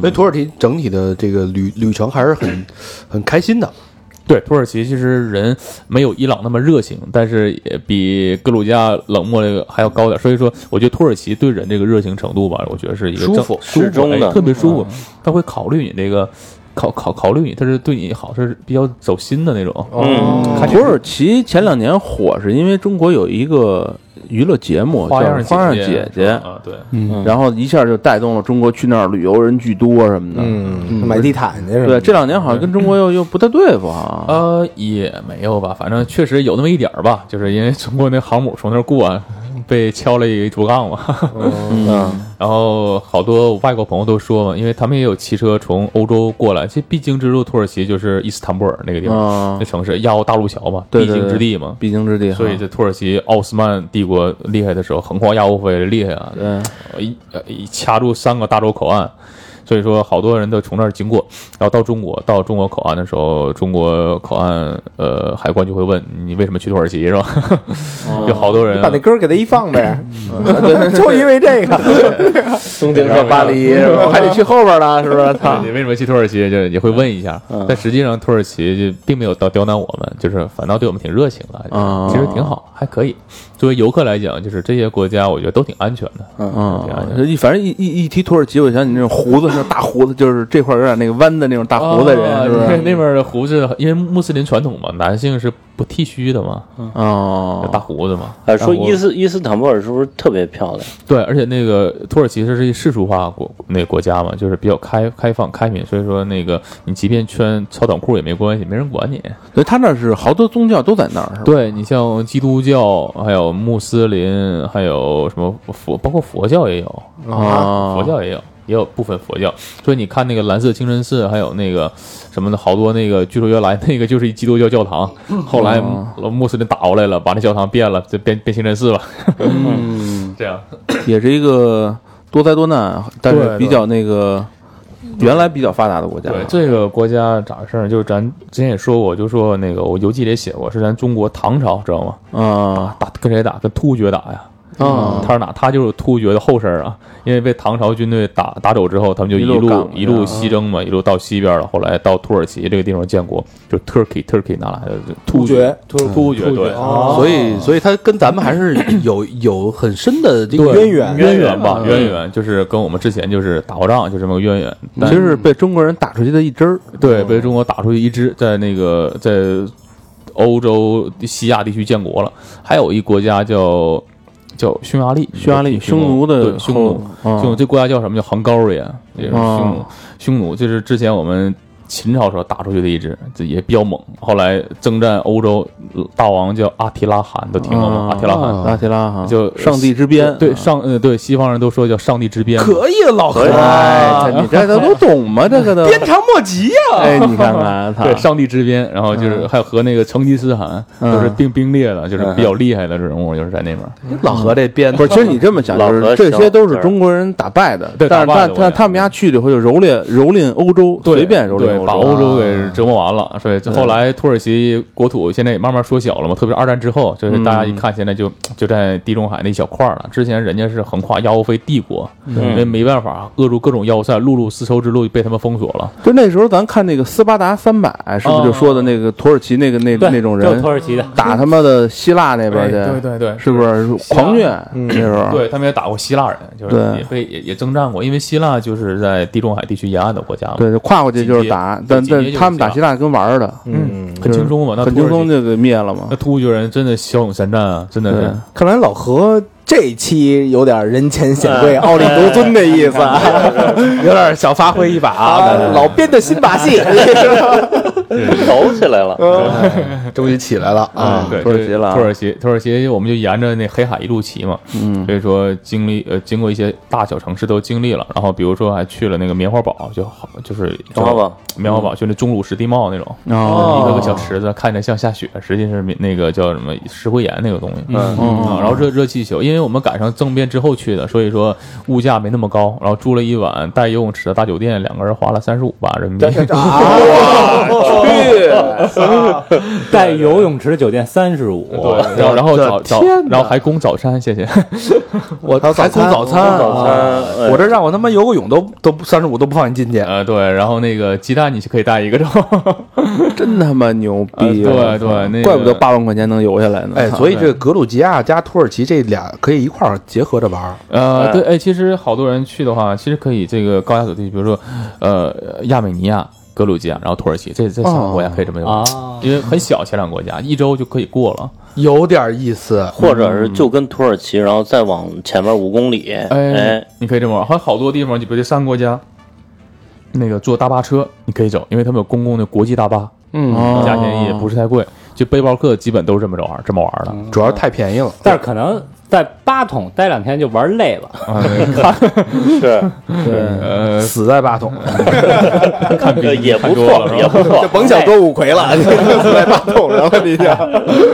S2: 所以土耳其整体的这个旅旅程还是很很开心的。
S6: 对，土耳其其实人没有伊朗那么热情，但是也比格鲁吉亚冷漠这个还要高点儿。所以说，我觉得土耳其对人这个热情程度吧，我觉得是一个
S7: 舒
S6: 正
S7: 服
S6: 舒
S7: 适中
S6: 哎
S7: 的嗯
S6: 特别舒服。他会考虑你这个，考考考虑你，他是对你好，是比较走心的那种。
S7: 嗯，
S3: 土耳其前两年火是因为中国有一个娱乐节目叫
S6: 花样
S3: 《花样姐
S6: 姐
S3: 姐
S6: 啊，对，
S5: 嗯
S3: 然后一下就带动了中国去那儿旅游人巨多什么的。
S5: 嗯，买地毯去是吧？
S3: 对，这两年好像跟中国
S6: 嗯
S3: 又又不太对付啊。
S6: 呃，也没有吧，反正确实有那么一点儿吧，就是因为中国那航母从那儿过，被敲了一竹杠嘛。
S7: 嗯，
S6: 然后好多外国朋友都说嘛，因为他们也有骑车从欧洲过来，其实必经之路，土耳其就是伊斯坦布尔那个地方，
S3: 啊
S6: 那城市亚欧大陆桥嘛，
S3: 对
S6: 必
S3: 对
S6: 经之地嘛。
S3: 必经之地哈，
S5: 嗯
S6: 所以这土耳其奥斯曼帝国厉害的时候，横跨亚欧非厉害啊，
S3: 对
S6: 一呃一掐住三个大洲口岸，所以说好多人都从那儿经过，然后到中国，到中国口岸的时候，中国口岸呃海关就会问你为什么去土耳其是吧？ 有好多人
S5: 哦把那歌给他一放呗，
S6: 嗯
S5: 就因为这个，
S7: 东京和巴黎是吧？
S3: 还得去后边了，是不是？操
S5: 啊
S6: 对，啊你为什么去土耳其？就也会问一下，
S5: 嗯
S6: 但实际上土耳其就并没有到刁难我们，就是反倒对我们挺热情的，
S3: 啊
S5: 哦
S6: 其实挺好，还可以。作为游客来讲，就是这些国家，我觉得都挺安全的。
S3: 啊
S6: 挺安全！的
S3: 就一反正一一一提土耳其，我想起那种胡子，那种大胡子，就是这块儿有点那个弯的那种大胡子人，
S6: 啊
S3: 是不
S6: 因为
S3: 是？
S6: 那边的胡子，因为穆斯林传统嘛，男性是不剃须的嘛，
S3: 哦
S6: 大胡子嘛。
S7: 啊，说
S6: 然后
S7: 伊斯伊斯坦布尔是不是特别漂亮？
S6: 对，而且那个土耳其是一世俗化国那国家嘛，就是比较开开放开明，所以说那个你即便穿超短裤也没关系，没人管你。
S3: 所以他那是好多宗教都在那儿，是吧？
S6: 对你像基督教，还有穆斯林，还有什么佛，包括佛教也有，
S3: 啊，
S6: 佛教也有，也有部分佛教。所以你看那个蓝色清真寺，还有那个什么的，好多那个，据说原来那个就是一基督教教堂，后来穆斯林打过来了，把那教堂变了，就变变清真寺了。嗯， 这样
S3: 也是一个多灾多难，但
S6: 对
S3: 是
S6: 对
S3: 比较那个原来比较发达的国家。
S6: 对这个国家咋回事儿？就是咱之前也说过，就说那个我游记里也写过，是咱中国唐朝，知道吗？
S3: 啊
S6: 打跟谁打？跟突厥打呀。
S3: 啊
S6: 他是哪？他就是突厥的后身啊，因为被唐朝军队打打走之后，他们就一
S3: 一路赶嗯
S6: 路
S3: 过去
S6: 一路西征嘛，一路到西边了，后来到土耳其这个地方建国，就是 Turkey Turkey 哪来的？就突厥嗯突厥哦对啊
S2: 所以所以它跟咱们还是有有很深的这个
S5: 渊源
S6: 渊源嗯吧，渊源就是跟我们之前就是打过仗就是这么个渊源，
S3: 其
S6: 但
S3: 实是被中国人打出去的一支儿。
S6: 对被中国打出去一支，在那个在欧洲西亚地区建国了，还有一国家叫叫匈牙利，
S3: 匈牙利
S6: 匈
S3: 匈奴的
S6: 对匈奴。
S3: 后啊
S6: 匈奴这国家叫什么？叫杭高瑞啊，也是匈奴
S3: 哦。
S6: 匈奴就是之前我们秦朝时候打出去的一支，这也比较猛。后来征战欧洲，呃大王叫阿提拉罕，都听过吗？
S3: 啊
S6: 哦阿提拉罕
S3: 阿提拉啊哈，
S6: 就
S3: 上帝之鞭。
S6: 对上呃对西方人都说叫上帝之鞭嘛，
S2: 可以了，老何，
S6: 啊
S3: 哎，这你这都懂 吗？这个都
S2: 鞭长莫及呀、
S3: 哎，你看看他
S6: 对，上帝之鞭。然后就是还有和那个成吉思汗
S3: 嗯
S6: 都是并并列的，就是比较厉害的人物，就是在那边。
S2: 老何这鞭
S3: 不是，其实你这么想，就
S7: 老
S3: 是
S7: 和
S3: 这些都是
S7: 小
S3: 中国人打败的，
S6: 对
S3: 但是
S6: 打败
S3: 但
S6: 的我
S3: 但
S6: 觉得
S3: 他们家去了以后就蹂躏蹂躏欧洲，
S6: 对
S3: 随便蹂
S6: 对
S3: 躏
S6: 把
S3: 欧
S6: 欧洲给折磨完了。
S3: 嗯
S6: 所以后来土耳其国土现在也慢慢缩小了嘛，特别是二战之后，就是大家一看现在
S3: 嗯
S6: 就就在地中海那一小块儿了。之前人家是横跨亚欧非帝国，
S3: 嗯
S6: 因为没办法扼住各种要塞，陆路丝绸之路被他们封锁了。
S3: 就那时候咱看那个斯巴达三百，是不是就说的那个土耳其那个那
S6: 哦
S4: 对
S3: 那种
S4: 这有
S3: 人
S4: 土耳其的，
S3: 打他妈的希腊那边去，
S6: 哎对对
S3: 是不是狂虐？那时候
S6: 嗯对他们也打过希腊人，就是
S3: 嗯对
S6: 也被也也征战过，因为希腊就是在地中海地区沿岸的国家嘛，
S3: 对，就跨过去就是打
S6: 紧，接
S3: 但
S6: 紧接
S3: 但
S6: 就是
S3: 他们打
S6: 希
S3: 希腊跟玩儿的，
S5: 嗯，
S6: 很轻松嘛，那
S3: 很
S6: 土
S3: 轻
S6: 耳
S3: 松。
S6: 其
S3: 就给灭了嘛
S6: 那。突厥人真的骁勇善战啊，真的
S3: 对
S6: 是。
S5: 看来老何 这一期有点人前显贵、
S6: 哎
S5: 傲立独尊的意思啊，
S2: 有点想发挥一把啊，
S5: 啊，老编的新把 戏，
S7: 抖起来了，
S2: 终于起来了啊！
S6: 对，
S3: 土耳其了
S6: 土耳其，土耳其，我们就沿着那黑海一路骑嘛，
S3: 嗯
S6: 所以说经历呃，经过一些大小城市都经历了，然后比如说还去了那个棉花堡，就好就是
S7: 棉花堡，
S6: 棉花堡就那钟乳石地貌那种，
S3: 哦
S6: 一个个小池子，看着像下雪，实际是那个叫什么石灰岩那个东西，
S7: 嗯
S6: 啊，然后热热气球，因为我们赶上政变之后去的，所以说物价没那么高，然后住了一晚带游泳池的大酒店，两个人花了三十五吧人民币，
S5: 啊，
S4: 带游泳池的酒店三十五，
S6: 对，然后然后早早，然后还供早餐，谢谢。
S2: 我
S5: 还有早
S2: 还供
S5: 餐
S2: 早餐，啊
S7: 早餐
S2: 我这让我他妈游个泳都都三十五都不放你进去，哎
S6: 呃，对，然后那个鸡蛋你是可以带一个的，哦
S3: 真他妈牛逼啊、
S6: 呃对对那个
S3: 怪不得八万块钱能游下来呢。
S2: 哎，
S3: 操
S2: 所以这个格鲁吉亚加土耳其这俩可以一块儿结合着玩儿，
S6: 呃，对，哎，其实好多人去的话，其实可以这个高加索地区，比如说呃亚美尼亚、格鲁吉亚，然后土耳其，这这三个国家可以这么游，
S4: 啊，
S6: 因为很小，前两个国家一周就可以过了。
S2: 有点意思。
S7: 或者是就跟土耳其，然后再往前面五公里，哎，
S6: 你可以这么玩，还有好多地方，就比如这三个国家。那个坐大巴车你可以走，因为他们有公共的国际大巴，
S2: 嗯，
S6: 价钱也不是太贵。就背包客基本都是这么着玩，这么玩的。
S2: 主要是太便宜了。
S4: 但是可能在八桶待两天就玩累了，
S7: 是，
S6: 呃，
S2: 死在八桶，
S6: 看比
S7: 呃也
S6: 看
S7: 不
S6: 多了
S7: 错，也不错，
S5: 甭想多五魁 了，你来八桶上了，你就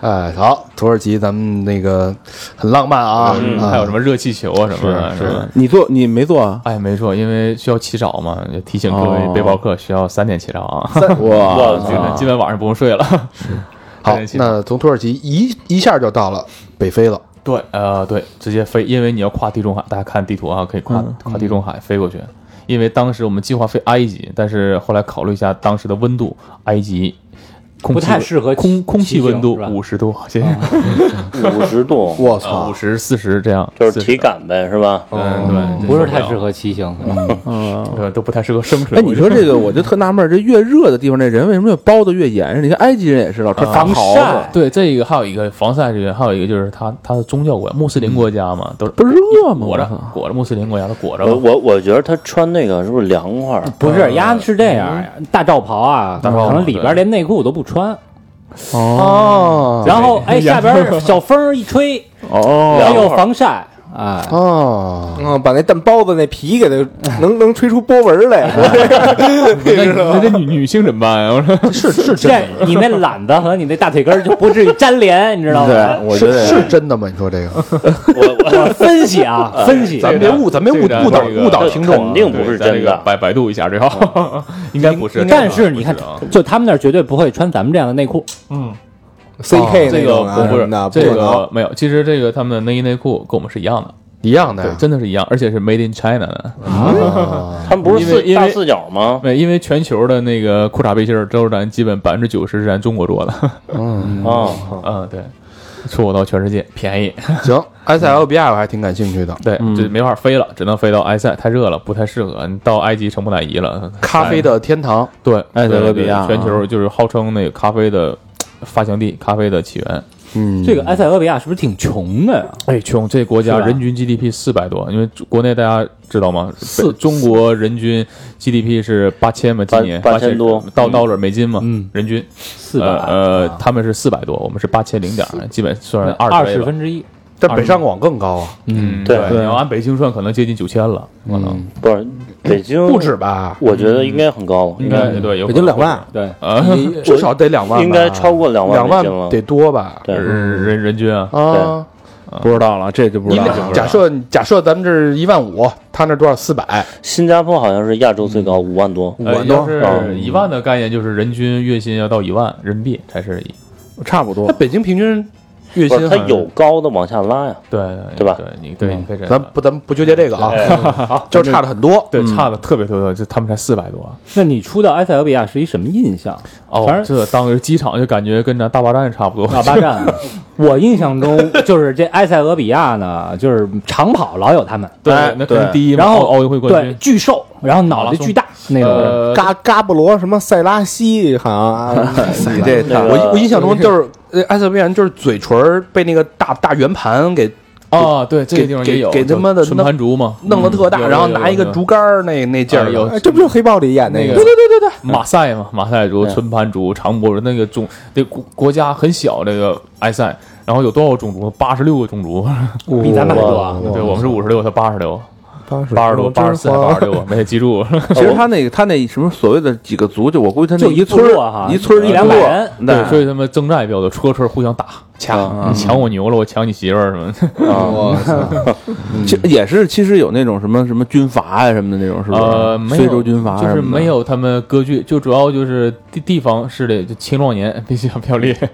S2: 哎，好，土耳其咱们那个很浪漫啊，
S7: 嗯
S2: 啊
S6: 还有什么热气球啊什么的，是吧？
S3: 你做你没做啊？
S6: 哎，没错，因为需要起早嘛，也提醒各位
S3: 哦
S6: 背包客需要三点起早啊。
S7: 我
S3: 哇
S7: 去
S6: 基本基本晚上不用睡了。
S2: 好
S6: 还得，去
S2: 那从土耳其一一下就到了北非了。
S6: 对，呃，对，直接飞，因为你要跨地中海，大家看地图啊，可以跨、跨地中海飞过去。因为当时我们计划飞埃及，但是后来考虑一下当时的温度，埃及空
S4: 不
S6: 气
S4: 太适合
S6: 空空
S4: 骑
S6: 气温
S4: 行
S6: 度
S4: 是吧哦
S6: 五十度，谢谢。
S7: 五十度，
S5: 我操
S6: 哦五，十四十这样，
S7: 就是
S6: 40
S7: 体，感呗，是吧？
S6: 嗯，对，
S4: 哦不是
S6: 这
S4: 太
S6: 样
S4: 适，合骑行。
S6: 对，都不太适合生存。
S3: 哎，你说这个，我就特纳闷儿，这越热的地方，这人为什么越包的越严实？你看埃及人也是老
S6: 啊
S3: 穿大
S4: 防
S3: 袍
S4: 晒
S3: 子，
S6: 对这个还有一个防晒这个，还有一个就是他他的宗教国家，穆斯林国家嘛，都是
S3: 不是热吗？
S6: 裹着
S3: 我操
S6: 裹着穆斯林国家都裹着
S7: 我我我觉得他穿那个是不是凉快儿？
S4: 不是，鸭是这样呀，大罩袍啊，可
S6: 罩袍
S4: 能里边连内裤都不穿，
S2: 哦
S4: 然后哎下边小风一吹，
S3: 哦，
S4: 还有防晒，哎，
S2: 哦，
S5: 嗯，把那蛋包子那皮给它能能吹出波纹来，
S6: 那那这女女性怎么办啊呀？我说
S2: 是是真
S4: 这你那懒子和你那大腿根儿就不至于粘连，你知道吗？
S3: 对，我觉
S2: 是
S3: 得
S2: 是真的吗？你说这个，
S4: 我 分析啊，分析，
S2: 咱们别误，咱们别误误导误导
S7: 这
S2: 听众
S7: 肯
S2: 啊。
S7: 定不是
S6: 咱这
S7: 真
S6: 个
S7: 的，嗯
S6: 百百度一下最好，应该不是。
S4: 但是你看
S6: 不啊，
S4: 就他们那儿绝对不会穿咱们这样的内裤，
S7: 嗯
S5: CK
S6: 嗯这
S5: 那
S6: 个
S5: 种啊
S6: 不不
S5: 什
S6: 是
S5: 么的，不
S6: 这
S5: 可
S6: 个
S5: 能。
S6: 没有，其实这个他们的内衣内裤跟我们是一样的，
S2: 一样的
S6: 对，
S2: 呀，
S6: 真的是一样，而且是 Made in China 的。
S2: 啊
S7: 他们不是
S6: 因为
S7: 四
S6: 因为
S7: 大四角吗？
S6: 对，因为全球的那个裤衩背心儿都是咱基本百分之九十是咱中国做的，
S7: 啊，
S6: 嗯，对，出口到全世界便宜，
S2: 行，埃塞俄比亚我还挺感兴趣的，
S6: 对，就没法飞了，只能飞到埃塞，太热了，不太适合。你到埃及成不乃伊了，
S2: 咖啡的天堂。
S6: 对，
S3: 埃塞俄比亚
S6: 对对全球就是号称那个咖啡的发祥地，咖啡的起源。
S2: 嗯，
S4: 这个埃塞俄比亚是不是挺穷的呀？
S6: 哎，穷！这国家
S4: 是吧
S6: 人均 GDP 四百多，因为国内大家知道吗？四中国人均 GDP 是八千嘛，今
S7: 八
S6: 年
S7: 八千多
S6: 到到了美金嘛，
S4: 嗯
S6: 人均
S4: 四百
S6: 呃呃，他们是四百多，我们是八千零点儿，基本算是
S4: 二
S6: 十
S4: 十分之一，
S2: 但北上广更高啊，
S6: 嗯，
S7: 对
S6: 你要按北京算，可能接近九千了，可能
S7: 不是北京
S2: 不止，吧？
S7: 我觉得应该很高，
S6: 应该对，有啊可
S5: 北京
S6: 能
S5: 两万，
S4: 对，
S2: 至少得
S6: 嗯
S2: 两万吧，
S7: 应该超过两万
S2: 两万
S7: 美金了
S2: 得多吧？
S7: 对，
S6: 人人人均啊，
S2: 啊，
S3: 不知道了，这就不
S2: 你
S3: 知道了。
S2: 俩假设假设咱们这儿一万五，他那多少四百？
S7: 新加坡好像是亚洲最高，五万多。
S6: 呃，
S2: 我
S6: 要
S2: 都
S6: 是一万的概念，就是人均月薪要到一万人民币才是一，
S3: 差不多
S2: 那，北京平均月
S7: 不是，
S2: 薪
S7: 它
S2: 好像
S7: 有高的往下拉呀，
S6: 对
S7: 对吧
S6: 对，你对，你可以这样
S2: 咱不咱不纠结这个 啊，就是差的很多。
S6: 对差的特别特别多，就他们才四百多，
S4: 那你出到埃塞俄比亚是一什么印象？反
S6: 哦，
S4: 正
S6: 这当时机场就感觉跟咱大巴站差不多。
S4: 大巴站，啊我印象中就是这埃塞俄比亚呢，就是长跑老有他们，
S6: 对，那肯定第一嘛，
S4: 然后
S6: 奥奥运会冠
S4: 对，
S6: 军。
S4: 巨瘦，然后脑袋巨大那种。
S6: 呃，
S5: 嘎嘎布罗什么塞拉西，好 像啊
S2: 你这
S7: 那个
S2: 我我印象中就是呃埃塞俄比亚人就是嘴唇儿被那个大大圆盘给
S6: 啊，对，这个地方也有，
S2: 给给他妈的
S6: 纯盘竹嘛，
S2: 弄得特
S6: 嗯
S2: 大，
S6: 有
S2: 然后
S6: 有有
S2: 拿一个
S6: 有
S2: 竹竿儿那那劲
S6: 啊
S2: 儿
S6: 有
S2: 的，
S5: 哎这不就是黑豹里演那
S6: 那
S5: 个
S6: 个
S2: 对
S5: 吗？
S2: 对对对，
S3: 嗯
S6: 马赛嘛，马赛族、
S7: 对
S6: 纯盘族、长脖族，那个种那国国家很小，这个埃塞，然后有多少种族？八十六个种族，
S4: 比咱们还多啊！
S6: 对我们是五十六，他八十六，
S5: 八十
S6: 八十多、八十四、八十
S5: 六，
S6: 六，我没 记住。
S3: 其实他那他那什么所谓的几个族，就我估计他那
S4: 就
S3: 一
S4: 一
S3: 村
S4: 部落
S3: 儿
S4: 哈
S3: 一村儿
S4: 一两
S3: 部
S4: 百
S3: 落
S4: 人
S3: 对
S6: 对，所以他们征战也比较多，车车互相打
S3: 啊
S6: 抢，你抢我牛了，我抢你媳妇儿什么的。
S5: 我
S3: 其也是，其实有那种什么什么军阀呀、什么的那种，是吧？
S6: 呃，没
S3: 非
S6: 有，
S3: 洲军阀
S6: 就
S3: 什
S6: 是
S3: 么的
S6: 没有他们割据，就主要就是地地方势力，就青壮年比较比较厉害。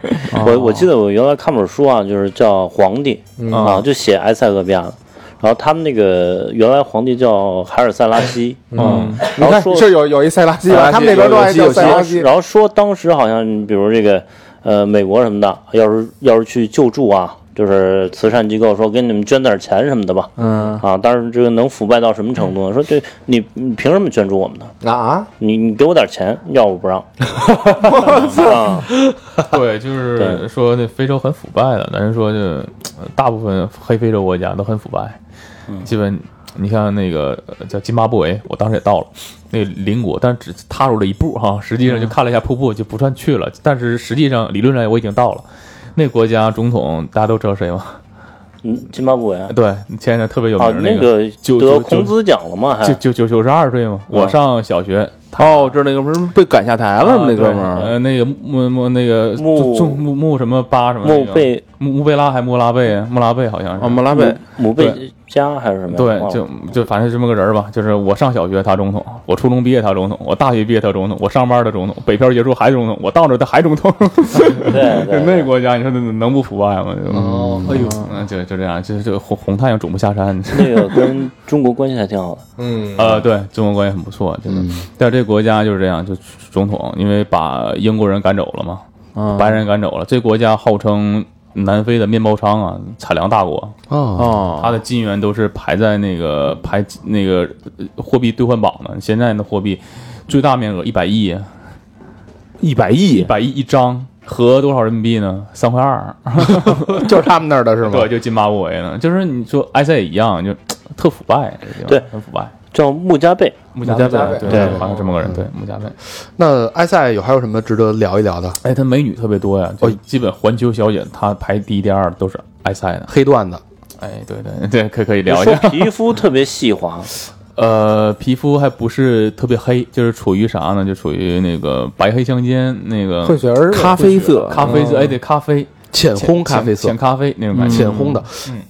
S7: 我我记得我原来看本书啊，就是叫《皇帝》
S6: 嗯哦
S7: 啊，就写埃塞俄比亚的。然后他们那个原来皇帝叫海尔塞拉西，啊
S6: 嗯，
S5: 你
S7: 然
S2: 哎
S7: 后
S5: 看
S7: 说
S5: 是有有一塞拉西
S3: 塞拉
S5: 吧，
S3: 西
S5: 他们那边都爱
S3: 有
S5: 叫
S3: 有西
S5: 塞
S7: 然
S5: 拉
S7: 后
S5: 西，
S7: 然后说当时好像比如这个呃美国什么的，要是要是去救助啊，就是慈善机构说给你们捐点钱什么的吧，
S3: 嗯，
S7: 啊，但是这个能腐败到什么程度呢？说这你你凭什么捐助我们呢？
S5: 啊，
S7: 你你给我点钱，要我不让。啊，
S6: 对，就是
S7: 对
S6: 说那非洲很腐败的，咱说就呃大部分黑非洲国家都很腐败，
S3: 嗯
S6: 基本你看那个呃叫津巴布韦，我当时也到了那个邻国，但只踏入了一步哈，实际
S3: 嗯
S6: 上就看了一下瀑布就不算去了，但是实际上理论上我已经到了。那国家总统大家都知道谁吗？
S7: 嗯，津巴布韦啊，
S6: 对，前两天特别有
S3: 哦
S7: 啊
S6: 名，
S7: 那
S6: 个
S7: 个
S6: 就
S7: 得
S6: 就
S7: 孔子奖了吗？还
S3: 哎
S6: 九九九九十二岁嘛，我
S7: 嗯
S6: 上小学，
S3: 哦，这那哥们儿被赶下台了，
S6: 啊
S3: 那哥
S6: 对
S3: 们儿，
S6: 呃，那个穆穆那个
S7: 穆
S6: 宗穆穆什么巴什么
S7: 穆
S6: 那个
S7: 贝
S6: 穆穆贝拉还穆拉贝啊穆拉贝好像是
S7: 哦
S3: 啊，穆拉贝，
S7: 姆贝加还是什么呀？
S6: 对
S7: 忘，了
S6: 就就反正是这么个人儿吧，就是我上小学他总统，我初中毕业他总统，我大学毕业他总统，我上班他总统，北漂结束还总统，我到这儿他还总统，
S7: 对对
S6: 那
S7: 对
S6: 国家你说能能不腐败吗？
S1: 哦，哎呦，
S6: 嗯，就就这样，就就红红太阳总不下山。
S7: 那个跟中国关系还挺好的。
S5: 嗯，
S6: 呃，对中国关系很不错，
S1: 嗯
S6: 真的。但是这个国家就是这样，就总统因为把英国人赶走了嘛，
S1: 啊
S3: 嗯
S6: 白人赶走了，这国家号称南非的面包商啊，产粮大国，
S2: 哦，
S3: 哦，
S6: 它的金元都是排在那个排那个呃货币兑换榜的。现在的货币最大面额一百亿，
S3: 一百亿
S6: 一，百亿一张。合多少人民币呢？三块二，
S2: 就是他们那儿的是吗？
S6: 对，就津巴布韦呢。就是你说埃塞也一样，就特腐败，这地方
S7: 对
S6: 很腐败。
S7: 叫穆加贝，
S6: 穆加贝，对，嗯
S7: 对
S6: 好像这么个人，对，穆加贝。
S2: 那埃塞有还有什么值得聊一聊的？
S6: 哎，她美女特别多呀，就
S2: 哦
S6: 基本环球小姐她排第一、第二都是埃塞的。
S2: 黑段子，
S6: 哎，对对对，可以可以聊一
S7: 说
S6: 下。
S7: 皮肤特别细滑，
S6: 呃，皮肤还不是特别黑，就是处于啥呢？就处于那个白黑相间，那个
S5: 混血儿
S3: 咖啡色，
S6: 咖啡色，哎，对，咖啡
S2: 嗯浅烘
S6: 浅
S2: 咖啡色嗯
S6: 浅，咖啡那种感
S5: 嗯
S6: 觉。
S2: 浅烘的。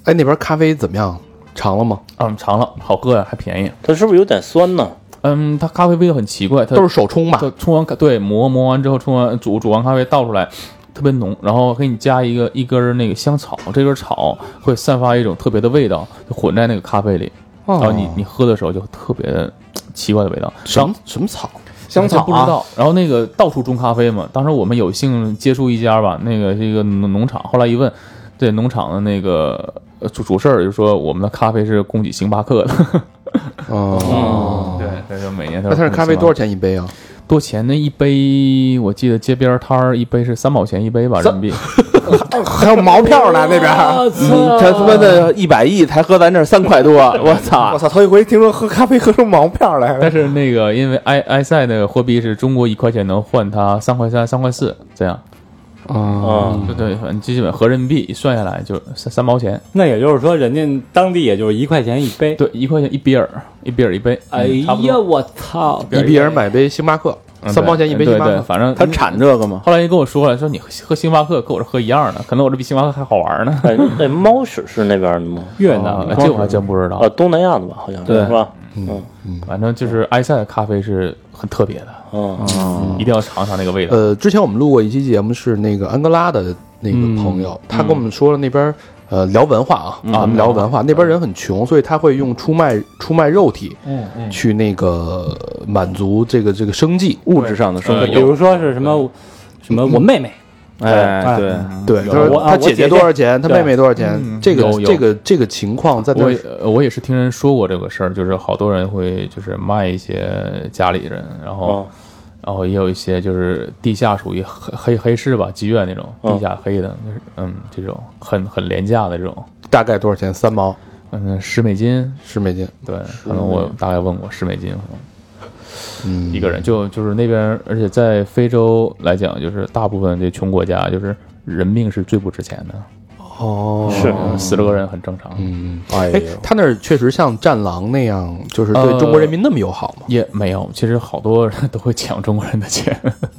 S2: 哎，那边咖啡怎么样？尝了吗？
S6: 嗯，尝了，好喝呀，还便宜。
S7: 它是不是有点酸呢？
S6: 嗯，它咖啡味道很奇怪，它
S2: 都是手冲吧？
S6: 它冲完咖对磨磨完之后冲完煮煮完咖啡倒出来，特别浓，然后给你加一个一根儿那个香草，这根草会散发一种特别的味道，就混在那个咖啡里，
S2: 哦
S6: 然后你你喝的时候就特别嘖奇怪的味道，
S2: 什么什么草？
S5: 香草啊
S6: 不知道。然后那个到处种咖啡嘛，当时我们有幸接触一家吧，那个是一个农农场，后来一问，对农场的那个呃主主事儿就说我们的咖啡是供给星巴克的，
S5: 嗯
S2: 哦，
S6: 对，他说每年他
S2: 那它是咖啡多
S6: 少
S2: 少钱一杯啊？
S6: 多钱呢？一杯我记得街边摊儿一杯是三毛钱一杯吧，人民币。
S5: 还有毛票呢那边。
S6: 呃
S3: 嗯，他他妈的一百亿才喝咱这三块多，我操
S5: 我！操！头一回听说喝咖啡喝出毛票来了
S6: 但，是那个，因为埃埃塞那个货币是中国一块钱能换它三块三、三块四这样，嗯
S7: 啊，
S6: 对对，反正基本合人民币算下来就三三毛钱，
S4: 那也就是说，人家当地也就是一块钱一杯。
S6: 对，一块钱一比尔，一比尔一杯，
S4: 哎
S6: 嗯差不
S4: 呀，
S6: 多哦
S4: 我操！
S2: 一比尔买杯星巴克，
S6: 嗯
S2: 三毛钱一杯
S6: 对
S2: 星巴
S6: 对对，
S2: 克。
S6: 反正
S3: 他。产这个吗？
S6: 后来就跟我说了，说你喝喝星巴克跟我这喝一样的，可能我这比星巴克还好玩呢。
S7: 哎，那猫屎是那边的吗？
S4: 越
S6: 啊
S4: 南，
S6: 这我还真不知
S7: 啊，
S6: 道，
S7: 东南亚的吧，好像是
S3: 对
S7: 是吧？嗯
S6: 哦反正就是埃塞的咖啡是很特别的，
S7: 嗯，
S6: 一定要尝尝那个味道。
S2: 呃，之前我们录过一期节目，是那个安哥拉的那个朋
S5: 嗯
S2: 友，他跟我们说了那边。呃，聊文化啊，咱们聊文
S5: 嗯
S2: 化。那边人很穷，所以他会用出卖出卖肉体，嗯嗯，去那个满足这个这个生计。
S3: 物质上的生活，
S6: 呃
S4: 比如说是什么什么我妹妹，
S3: 哎，
S4: 哎
S3: 对，
S2: 对，他
S4: 我
S2: 说
S4: 啊
S2: 他
S4: 我
S2: 姐
S4: 姐姐
S2: 多少钱，他
S4: 对
S2: 妹妹多少钱，这个
S6: 有有
S2: 这个这个情况在那
S6: 我也
S2: 儿
S6: 呃我也是听人说过这个事儿，就是好多人会就是卖一些家里人，然后、
S7: 哦
S6: 然后也有一些就是地下属于黑黑黑市吧，妓院那种
S7: 嗯
S6: 地下黑的，就是嗯这种很很廉价的这种，
S2: 大概多少钱？三毛
S6: 嗯十美金，
S2: 十美金。
S6: 对，可能我大概问过十美金，可能
S2: 嗯
S6: 一个人就就是那边，而且在非洲来讲，就是大部分这穷国家就是人命是最不值钱的。
S2: 哦，
S7: 是
S6: 死了个人很正常。
S2: 嗯，
S5: 哎
S2: 哎，他那儿确实像战狼那样，就是对中国人民那么友好吗？
S6: 也没有，其实好多人都会抢中国人的钱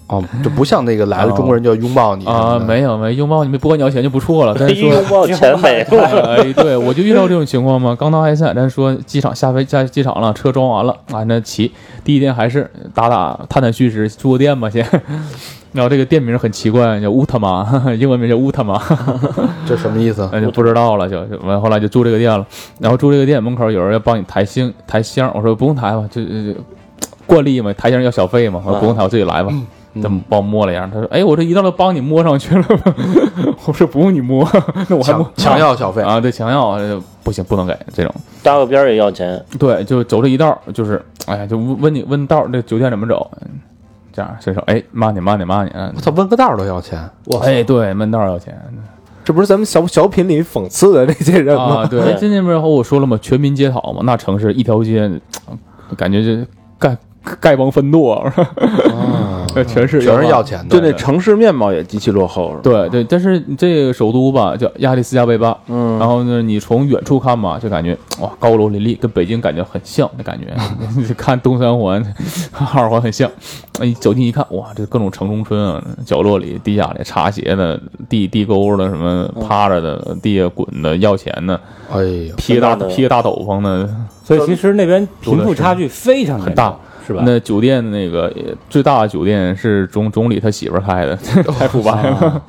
S2: 哦，就不像那个来了中国人就要拥抱你
S6: 啊，
S2: 什么的
S6: 没有没有拥抱你们不管你要钱就不错了。但是
S7: 一
S6: 说
S7: 拥抱钱没了，
S6: 哎，对，我就遇到这种情况嘛。刚到埃塞，咱说机场下飞下机场了，车装完了啊，那骑第一天还是打打探探虚实，住个店吧先。然后这个店名很奇怪，叫乌特玛，英文名叫乌特玛，
S2: 这什么意思？
S6: 那就不知道了，就就完后来就住这个店了。然后住这个店门口有人要帮你抬箱抬箱，我说不用抬吧，就就就惯例嘛，抬箱要小费嘛，我说不用抬，我自己来吧。这么帮我摸了一下，他说：“哎，我这一道都帮你摸上去了吧。” 我说：“不用你摸，那我还摸
S2: 强强要小费
S6: 啊，对，强要呃不行，不能给这种。
S7: 搭个边儿也要钱，
S6: 对，就走这一道儿，就是哎呀，就问问你问道儿，这酒店怎么走？嗯这样伸手，哎，慢点，慢点，慢点。嗯
S2: 他问个道儿都要钱，
S6: 哎，对，问道儿要钱
S5: 这不是咱们小小品里讽刺的这些人吗？
S6: 啊。对，哎，在那边和我说了嘛，全民皆讨嘛，那城市一条街，感觉就丐丐帮分舵， 全是
S2: 啊全是要钱
S3: 就
S2: 的。
S3: 那城市面貌也极其落后，是吧？
S6: 对对，但是你这个首都吧，叫亚历斯加贝巴，嗯，然后呢，你从远处看吧，就感觉哇，高楼林立，跟北京感觉很像的感觉。 你看东三环、 二环很像，哎你走近一看，哇，这各种城中村啊，角落里、地下里擦鞋的、地地沟的、什么趴着的、地下滚的、要钱的、
S2: 哎呦，
S6: 披个
S7: 很
S6: 大
S7: 大的
S6: 披个大斗篷的，
S4: 所以其实那边贫富差距非常
S6: 很大，
S4: 是吧？
S6: 那酒店那个呃最大的酒店是总总理他媳妇儿开的， 太腐败了，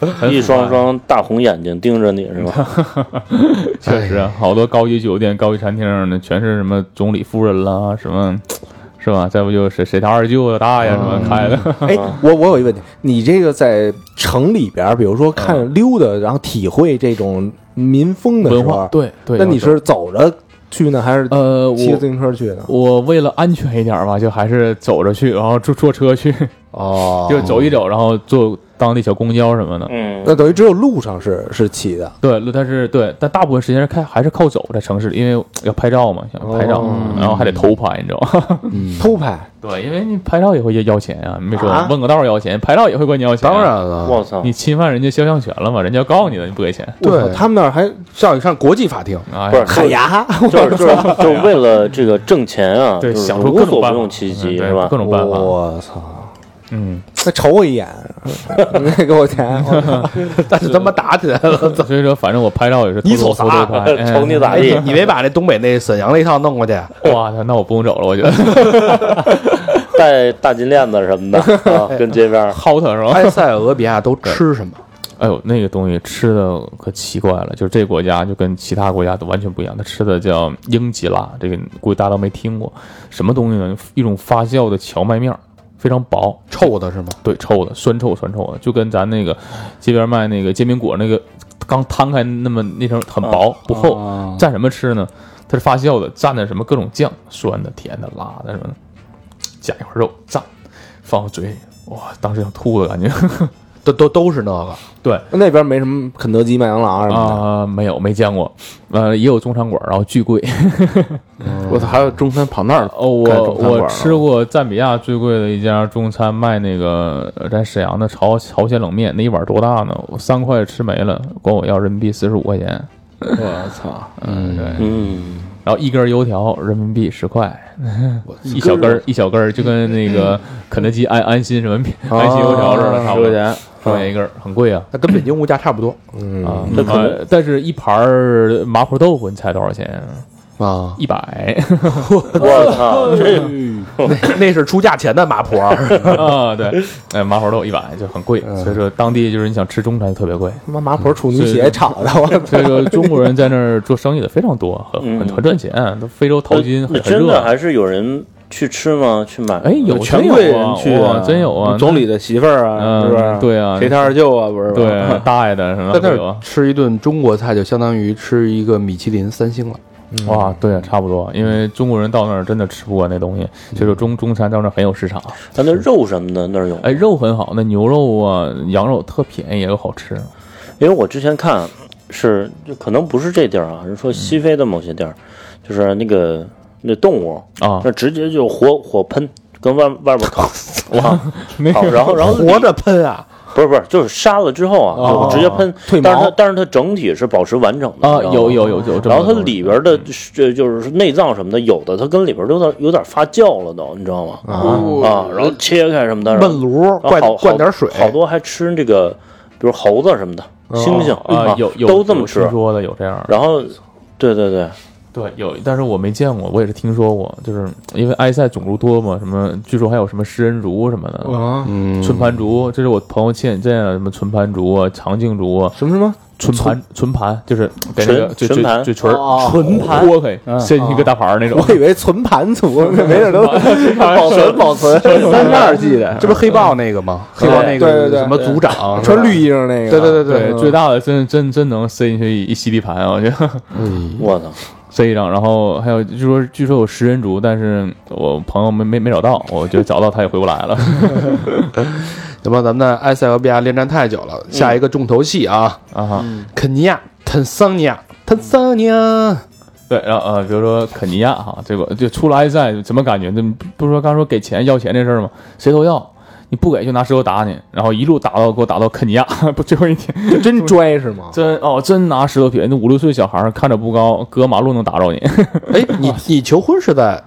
S6: 很啊
S7: 一
S6: 腐败
S7: 双双大红眼睛盯着你是 吧？
S6: 确实，好多高级酒店、高级餐厅呢，全是什么总理夫人啦，什么，是吧？再不就是谁谁他二舅啊大爷什么开的，
S5: 哎，我我有一问题，你这个在城里边儿，比如
S6: 嗯
S5: 说看溜达，然后体会这种民风的时
S6: 文
S5: 候
S6: 化，对对。
S5: 那你是走着去呢，还是
S6: 呃，
S5: 骑着自
S6: 我
S5: 行车去呢？
S6: 我为了安全一点吧，就还是走着去，然后坐坐车去，
S5: 哦
S6: 就走一走，然后坐当地小公交什么的。
S7: 嗯，
S5: 那等于只有路上是是骑的，
S6: 对，但是对，但大部分时间是开还是靠走在城市里，因为要拍照嘛，想拍照，然后还得偷拍，你知道吗？
S5: 偷拍
S6: 对，因为你拍照也会要钱啊，没说问个道儿要钱，拍照也会管你要钱啊。
S2: 当然了，
S7: 我操
S6: 你，侵犯人家肖像权了嘛？人家要告你了，你不给钱
S2: 对
S5: 我操他们那儿还
S2: 上上国际法庭，
S6: 啊？
S7: 不是
S5: 海牙，
S7: 就是 就是就是为了这个挣钱啊，
S6: 对，
S7: 就是
S6: 想出
S7: 无
S6: 各种
S7: 所
S6: 办
S7: 不
S6: 法，
S7: 用其极
S6: 嗯对
S7: 是吧
S6: 各？种办法，
S5: 我操！
S6: 嗯，
S5: 那瞅我一眼， 那给我钱，我操
S2: 啊 但是他妈打起来 了。
S6: 所以说反正我拍照也是
S2: 你
S6: 偷
S2: 瞅
S6: 偷
S2: 啥
S6: 偷偷拍，
S7: 瞅你咋
S2: 哎
S7: 地？，
S2: 你没把那东北那沈阳那一套弄过去？
S6: 哎 哇，那我不用走了，我觉得
S7: 戴大金链子什么的， 啊，跟街边儿
S6: 薅他是吧？
S2: 埃塞俄比亚都吃什么？
S6: 哎呦，那个东西吃的可奇怪了，就是这国家就跟其他国家都完全不一样，它吃的叫英吉拉，这个估计大家都没听过，什么东西呢？一种发酵的荞麦面儿，非常薄，
S2: 臭的是吗？
S6: 对，臭的，酸臭酸臭的，就跟咱那个街边卖那个煎饼果那个刚摊开那么那层很薄不厚，蘸什么吃呢？它是发酵的，蘸的什么各种酱，酸的、甜的、辣的什么的，加一块肉蘸，放我嘴里，哇，当时想吐的 感觉。
S2: 都都都是那个。
S6: 对
S5: 那边没什么肯德基、麦当劳什么的。
S6: 啊、没有没见过，呃，也有中餐馆，然后巨贵。
S3: 我操，还有中餐跑那儿
S6: 哦，
S3: 开
S6: 我
S3: 中餐馆
S6: 我
S3: 了
S6: 吃过赞比亚最贵的一家中餐，卖那个呃在沈阳的朝朝鲜冷面，那一碗多大呢？我三块吃没了，管我要人民币四十五块钱。
S3: 我操，
S6: 嗯，对。
S7: 嗯，
S6: 然后一根油条人民币十块，一小根儿一小根儿，就跟那 个肯德基安安心什么面
S7: 啊
S6: 安心油条似的，
S3: 十
S6: 差不
S3: 块
S6: 多。
S3: 钱，
S6: 十块钱一根儿，很贵啊
S2: 那跟北京物价差不多
S6: 啊！
S7: 这可能
S6: 呃但是一盘儿麻婆豆腐，你猜多少钱？
S2: 啊，
S6: 一百
S7: 我操，这
S2: 那那是出价前的麻婆，
S6: 啊！对，哎，麻婆豆腐一百就很贵，
S7: 嗯
S6: 所以说当地就是你想吃中餐就特别 贵。
S5: 他妈麻婆处女血炒的，我操！
S6: 所以说中国人在那儿做生意的非常多，很很很赚钱。都非洲淘金
S7: 那
S6: 很很
S7: 真的
S6: 热，啊
S7: 还是有人去吃吗？去买？
S6: 哎，有
S3: 全
S6: 真有
S3: 呃贵
S6: 啊
S3: 人去
S6: 哇真有啊！
S3: 总理的媳妇儿啊，
S6: 嗯
S3: 是不是？
S6: 对啊
S3: 谁他二舅啊，不是？
S6: 对，大爷的什么
S2: 在那
S5: 啊
S6: 会
S5: 哦
S6: 有啊
S2: 儿吃一顿中国菜就相当于吃一个米其林三星了。
S3: 嗯
S6: 哇，对，差不多，因为中国人到那儿真的吃不惯那东西，
S3: 嗯
S6: 所以说中中餐到那儿很有市场。
S7: 咱那肉什么的那儿有，
S6: 哎，肉很好，那牛肉啊、羊肉特便宜又好吃。
S7: 因为我之前看是就可能不是这地儿啊，是
S6: 嗯
S7: 说西非的某些地儿，就是那个那动物
S6: 啊
S7: 那直 接就火火喷，跟外外边烤，哇，好，然后然后
S2: 活着喷啊！
S7: 不是不是，就是杀了之后啊，
S4: 哦
S7: 就直接喷
S4: 褪毛，
S7: 但是它但是它整体是保持完整的
S6: 啊，
S7: 你知道吗
S6: 有有有有这么多东西，嗯
S7: 然后它里边的这就是内脏什么的，有的它跟里边都有点有点发酵了都，你知道吗？啊，然后切开什么的，然后
S2: 焖炉
S7: 然后
S2: 灌
S7: 好
S2: 灌点水，哦
S7: 好多还吃这个，比如猴子什么的，猩猩
S6: 啊有有
S7: 都这么
S6: 有
S7: 吃
S6: 听，说的有这样的，
S7: 然后。对对对，
S6: 对有，但是我没见过，我也是听说过，就是因为埃塞种族多嘛，什么据说还有什么食人族什么的，
S4: 哦
S5: 啊，
S2: 嗯，
S6: 唇盘竹，这是我朋友亲眼见的，什么唇盘竹啊、长颈竹啊、
S5: 什么什么
S6: 唇盘唇盘，就是给那个
S7: 唇
S6: 嘴
S7: 唇
S6: 嘴
S7: 盘
S6: 嘴唇
S4: 哦唇盘
S6: 豁开，伸进一个大盘儿那种。
S5: 我以为存盘族，没 事都保存保存，
S3: 三十二 G 的，
S2: 这不是黑豹那个吗？黑豹那
S5: 哎嗯对
S2: 个
S5: 对对嗯
S2: 什么组长，
S5: 穿绿衣裳那个，
S2: 对对对
S4: 嗯
S6: 对，最大的真真真能塞进去一一吸地盘啊！我觉得
S2: 嗯
S7: 我操！
S6: 塞一张，然后还有据说据说有食人族，但是我朋友没没没找到，我觉得找到他也回不来了。
S2: 那么咱们的埃塞俄比亚恋战太久
S5: 嗯
S2: 了，下一个重头戏啊，
S6: 啊哈，
S2: 肯尼亚、坦桑尼亚、坦桑尼
S5: 嗯
S2: 亚，
S6: 对，然后呃，比如说肯尼亚哈，这个就出了埃塞，怎么感觉？这不不是说刚说给钱要钱这事儿吗？谁都要，你不给就拿石头打你，然后一路打到给我打到肯尼亚， 不最后一天
S5: 对，真拽是吗？
S6: 真哦真拿石头撇，那五六岁小孩儿看着不高，搁马路能打着你。
S2: 哎，你你求婚是在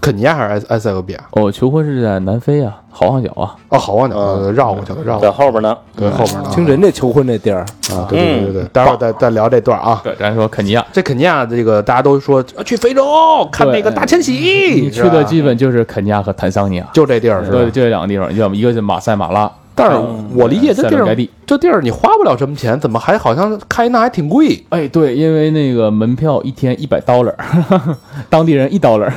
S2: 肯尼亚还是埃埃塞俄比亚？
S6: 哦，求婚是在南非啊，好望角啊，
S2: 哦，好望角，
S7: 嗯
S2: 呃绕过去了，绕
S7: 在
S2: 过去
S7: 后边呢，
S2: 对后面呢
S5: 听人这求婚这地儿，嗯
S2: 啊，对对对对对，待会儿再再聊这段啊。
S6: 对，咱说肯尼亚。
S2: 这肯尼亚这个大家都说啊去非洲看那个大迁徙，
S3: 嗯
S6: 你去
S2: 是吧
S6: 的基本就是肯尼亚和坦桑尼亚，
S2: 就这地儿是吧？
S6: 对，就这两个地方，要么一个是马赛马拉，
S2: 但是
S3: 嗯
S2: 我理解
S6: 塞
S2: 这
S6: 勒
S2: 地
S6: 盖
S2: 儿
S6: 蒂，
S2: 这地儿你花不了什么钱，怎么还好像开那还挺贵？
S6: 哎，对，因为那个门票一天一百 dollar，当地人一 dollar，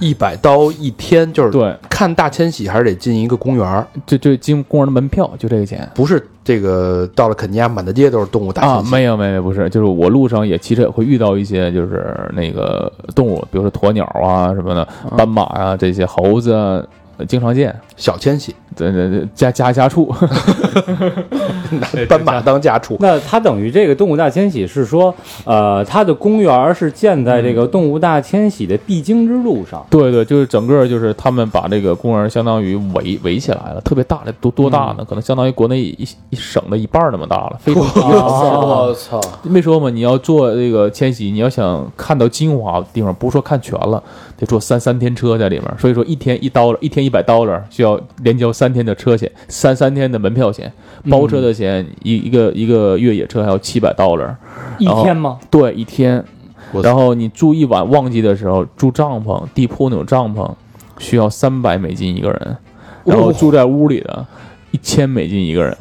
S2: 一百刀一天，就是
S6: 对，
S2: 看大迁徙还是得进一个公园儿，
S6: 就就进公园的门票就这个钱
S2: 不是这个到了肯尼亚满大街都是动物大
S6: 啊
S2: 迁？徙。
S6: 没有没有，不是，就是我路上也骑车也会遇到一些就是那个动物，比如说鸵鸟啊什么的，斑马啊这些猴子啊，呃经常见，
S2: 小迁徙，
S6: 这这这家家家畜，
S2: 拿斑马当家畜，
S4: 那它等于这个动物大迁徙是说，呃，它的公园儿是建在这个动物大迁徙的必经之路上。
S6: 对对，就是整个就是他们把这个公园相当于围围起来了，特别大，那多多大呢？可能相当于国内一一省的一半儿那么大了，非常大。
S4: 哦，
S5: 操！
S6: 没说嘛，你要做这个迁徙，你要想看到精华的地方，不是说看全了，得坐三三天车在里面。所以说一天一刀了，一天一百刀了，需要连交三天的车钱，三三天的门票钱，包车的钱，一一个一个越野车还要七百刀了。
S4: 一天吗？
S6: 对，一天。然后你住一晚，旺季的时候住帐篷，地铺那种帐篷，需要三百美金一个人，然后住在屋里的，一千美金一个人。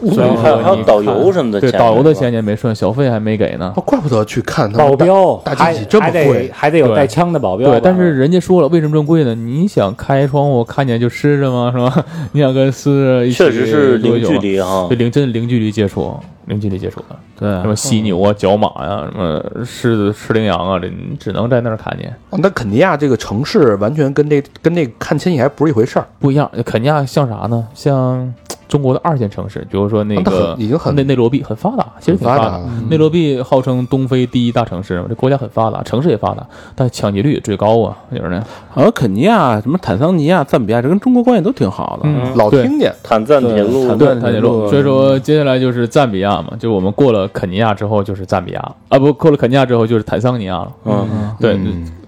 S6: 所以
S7: 还有还
S6: 说
S7: 有
S6: 你
S7: 导游什么的
S6: 对
S7: 钱，
S6: 导游的钱也没算，小费还没给呢
S2: 哦。怪不得去看他
S4: 保
S2: 们大
S4: 镖
S2: 大
S4: 还
S2: 迁徙这么
S4: 还得
S2: 贵，
S4: 还得有
S6: 对
S4: 带枪的保镖吧。
S6: 对，但是人家说了，为什么这么贵呢？你想开窗户看见就吃着吗？是吧？你想跟狮子一起
S7: 确实是
S6: 多
S7: 零
S6: 久
S7: 距
S6: 吗，
S7: 离哈
S6: 对，，零真的零距离接触，零距离接触的，对，什么犀牛啊、角马呀、什么狮子、赤羚羊啊，这你只能在那儿看见。
S2: 哦那肯尼亚这个城市完全跟这跟这看迁徙还不是一回事儿，
S6: 不一样。肯尼亚像啥呢？像中国的二线城市，比如说那
S2: 啊那
S6: 个
S2: 很已经很
S6: 内内罗毕很发达，其实挺
S2: 很发
S6: 发
S2: 达
S6: 达
S2: 了
S6: 的。内罗毕号称东非第一大城市，这国家很发达，城市也发达，但抢劫率也最高啊，就是那。
S3: 好像呃肯尼亚、什么坦桑尼亚、赞比亚，这跟中国关系都挺好的。
S6: 嗯
S2: 老
S6: 对
S2: 听见
S7: 坦赞铁路
S3: 坦赞
S6: 对，探险路。
S3: 嗯
S6: 所以说，接下来就是赞比亚嘛，就我们过了肯尼亚之后就是赞比亚啊，不过了肯尼亚之后就是坦桑尼亚了。
S7: 嗯，
S6: 对，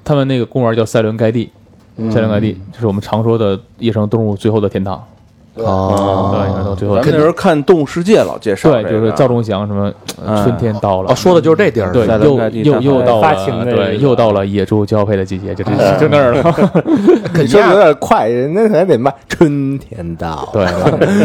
S6: 他们那个公园叫塞伦盖蒂，塞伦盖蒂就是我们常说的野生动物最后的天堂。
S2: 哦
S3: 咱们
S6: 对，野生动物最后的天
S3: 那时候看《动物世界》老介绍这
S6: 对，
S3: 个，
S6: 就是赵忠祥什么
S3: 嗯
S6: 春天到了
S2: 哦，，说的就是这地儿，
S6: 对
S3: 在，
S6: 又
S3: 在
S6: 又又到
S4: 发情
S6: 了，
S4: 的这个
S6: 对，又到了野猪交配的季节，就这就那儿了，
S2: 肯
S5: 你
S2: 尼
S5: 说的有
S2: 亚。
S5: 点快，人家还得卖春天到，
S6: 对，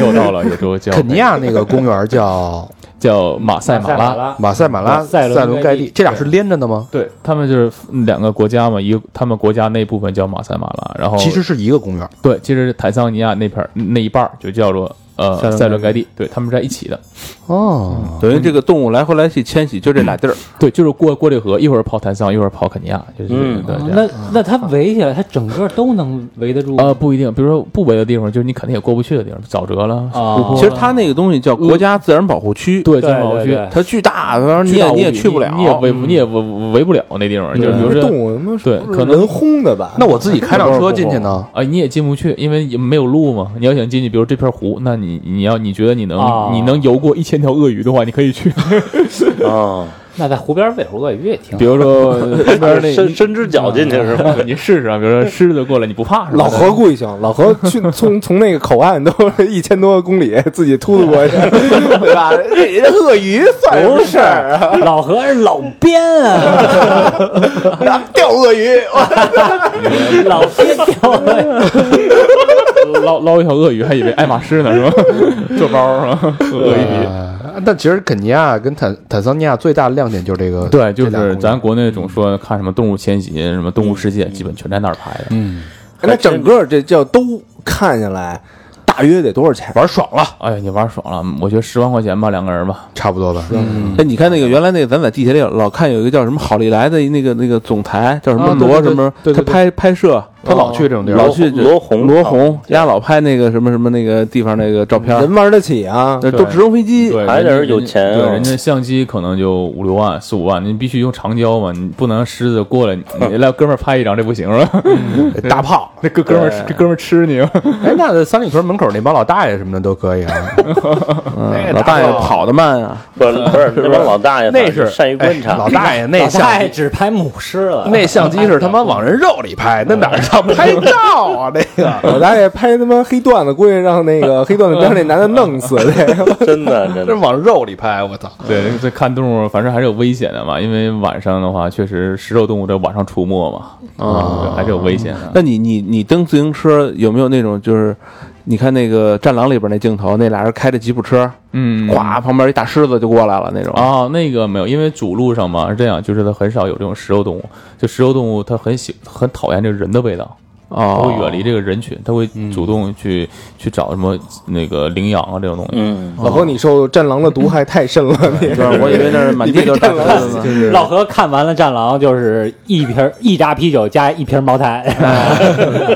S6: 又到了野猪交配。
S2: 肯尼亚那个公园叫
S6: 叫马赛马
S4: 马
S6: 拉，
S2: 马赛马拉、
S4: 马赛伦
S2: 伦盖
S4: 盖蒂
S2: 蒂，这俩是连着的吗？
S6: 对他们就是两个国家嘛，一个他们国家那部分叫马赛马拉，然后
S2: 其实是一个公园。
S6: 对，其实坦桑尼亚那片儿那一半儿就叫做呃塞伦盖蒂，对他们在一起的，
S2: 哦，
S3: 等于这个动物来回来去迁徙，就这俩地儿。
S6: 对，就是过过这河，一会儿跑坦桑，一会儿跑肯尼亚，就是
S7: 嗯
S6: 对。这样
S4: 哦那那它围起来，它整个都能围得住吗？
S6: 呃，不一定，比如说不围的地方，就是你肯定也过不去的地方，沼泽了，
S4: 啊
S6: 湖泊
S3: 其实它那个东西叫国家自然保护区，
S6: 对，
S4: 对
S6: 金毛
S4: 对
S6: 区，
S4: 对
S3: 它巨大，然后你也
S6: 巨大无
S3: 你
S6: 比
S3: 也去不了，
S6: 你也围你也围围不了那地方，就是比
S5: 不
S6: 如说
S5: 是哎动物他
S6: 对
S5: 妈不是
S6: 可能
S5: 人轰的吧？
S2: 那我自己开辆车进去呢？
S6: 哎啊，你也进不去，因为也没有路嘛。你要想进去，比如这片湖，那你你要你觉得你能、
S4: 啊
S6: 你能游过一千条鳄鱼的话，你可以去，
S7: 啊，
S4: 那在湖边喂会儿鳄鱼也挺
S6: 比
S4: 好。
S6: 如 说那边那
S7: 伸伸只脚进去是吧？
S6: 你试试啊，比如说狮子过来你不怕是吧？
S5: 老何估计行，老何 去从从那个口岸都是一千多公里，自己突突过 去，对吧？这鳄鱼算什么事儿啊？
S4: 老何是老边啊，
S5: 钓鳄鱼，
S4: 老边钓的。
S6: 捞捞一条鳄鱼，还以为爱马仕呢，是 吧？这包是吧？鳄鱼。
S2: 呃但其实肯尼亚跟坦坦桑尼亚最大的亮点就是这个，
S6: 对，就
S2: 这俩
S6: 是
S2: 公
S6: 咱国内总说看什么动物迁徙、什么动物世
S7: 嗯
S6: 界，基本全在那儿拍的。嗯，
S5: 那整个这叫都看下来，大约得多少钱？
S2: 玩爽了，
S6: 哎呀，你玩爽了，我觉得十万块钱吧，两个
S7: 嗯
S6: 人吧。
S2: 差不多吧。
S3: 哎，你看那个原来那个，咱在地铁里老看有一个叫什么好利来的那个那个总裁，叫什么
S2: 啊对
S3: 罗
S2: 对
S3: 什么，
S2: 对
S3: 他
S2: 对对
S3: 拍拍摄，
S2: 他老去这种地
S3: 老
S2: 儿，
S3: 去
S7: 罗红
S3: 罗
S7: 啊
S3: 红，丫老拍那个什么什么那个地方那个照片，
S5: 人玩得起啊？
S3: 那都直升飞机，
S6: 对，
S7: 还得
S6: 人
S7: 是有钱啊
S6: 对，人家相机可能就五六万、四五万，你必须用长焦嘛，你不能让狮子过来，你你来哥们儿拍一张，这不行是吧？
S7: 嗯
S2: 大炮。
S6: 那哥哥们儿， 这哥们儿吃你。
S2: 哎，那在三里屯门口那帮老大爷什么的都可以啊。
S3: 嗯老大爷跑得慢啊，
S7: 不是不是， 那帮老大爷
S2: 那
S7: 反正
S2: 是
S7: 善于观
S2: 哎
S7: 察
S2: 老，大爷那
S4: 老
S2: 相
S4: 太
S2: 机，
S4: 只拍母狮了，
S2: 那相机是他妈往人肉里拍，那哪儿叫拍照啊？那个
S5: 老大爷拍他妈黑段子，估计让那个黑段子边那男的弄死这。
S7: 真的真的
S2: 这是往肉里拍，我操！
S6: 对，这看动物反正还是有危险的嘛，因为晚上的话，确实食肉动物在晚上出没嘛，啊，还是有危险的。
S3: 那你你你蹬自行车有没有那种就是，你看那个《战狼》里边那镜头，那俩人开着吉普车，
S6: 嗯，
S3: 咵旁边一大狮子就过来了那种，
S6: 哦，那个没有，因为主路上嘛是这样，就是它很少有这种食肉动物，就食肉动物它很喜很讨厌这个人的味道，它
S3: 哦
S6: 会，远离这个人群，它会主动去、去找什么那个羚羊啊这种东 西。
S7: 嗯，
S5: 老何，你受战狼的毒害太深了，
S2: 嗯
S5: 你
S3: 对，我以为那是满地都是大狮子呢。
S4: 老何看完了《战狼》，就是一瓶一扎啤酒加一瓶茅台。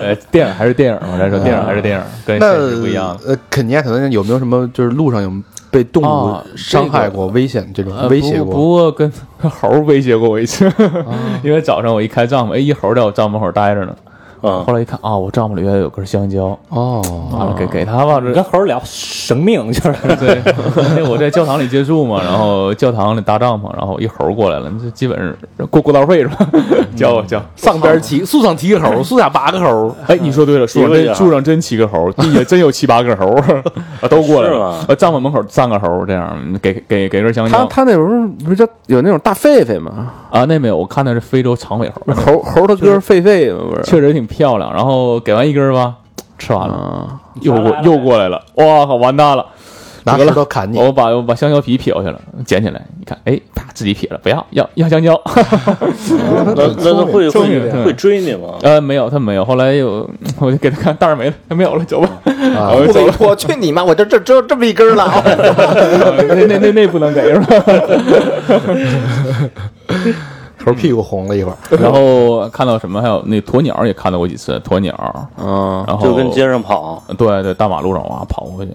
S6: 呃，电影还是电影嘛，我来说电影还是电影，跟现
S2: 那
S6: 实不一样。
S2: 呃，肯尼亚可能有没有什么就是路上有被动
S6: 哦
S2: 物伤害过、危险这种
S6: 呃
S2: 威胁
S6: 不
S2: 过？
S6: 不过跟跟猴儿威胁过我一次， 因为早上我一开帐篷，哎，一猴儿在我帐篷门口待着呢。
S7: 啊
S6: 后来一看啊，我帐篷里面有根香蕉，
S2: 哦，
S6: 完了给给他吧，这
S4: 你 跟猴儿聊生命，就是
S6: 对，因为我在教堂里接触嘛，然后教堂里搭帐篷，然后一猴儿过来了，这基本是过过道费是吧？ 教我教。
S2: 上边骑，树上骑个猴，树下拔个猴，
S6: 哎，你说对了，树上
S7: 一个
S6: 真
S7: 呀
S6: 树上真七个猴儿，地下真有七八个猴儿，啊都过来
S7: 是
S6: 了
S7: 吗。
S6: 呃，帐篷门口三个猴儿，这样给给给根香
S3: 他
S6: 蕉
S3: 他那时候不是叫有那种大狒狒吗？
S6: 啊，那没有，我看的是非洲长尾猴儿，
S3: 猴猴他哥狒狒嘛，不是？
S6: 确实挺漂亮。然后给完一根儿吧，吃完了，
S3: 啊，
S6: 又
S4: 全
S6: 过
S4: 来了
S6: 又过来了，哇靠，完蛋了。
S2: 拿石头砍 你。
S6: 我把我把香蕉皮撇过去了，捡起来，你看，哎，啪，自己撇了，不要，要要香蕉。
S7: 那那那会
S6: 聪明
S7: 会会追你吗？
S6: 呃，没有，他没有。后来有， 我就给他看袋儿没了，他没有了，走吧。
S2: 啊
S6: 我就
S5: 裤子
S6: 走
S5: 一
S6: 了。
S5: 脱，去你妈！我这这只有这么一根 了。
S6: 那那那那不能给是吧？
S2: 猴屁股红了一会儿，
S6: 然后看到什么？还有那鸵鸟也看到过几次，鸵鸟，
S3: 嗯，
S6: 然后
S7: 就跟街上跑，
S6: 对对，大马路上哇跑过去，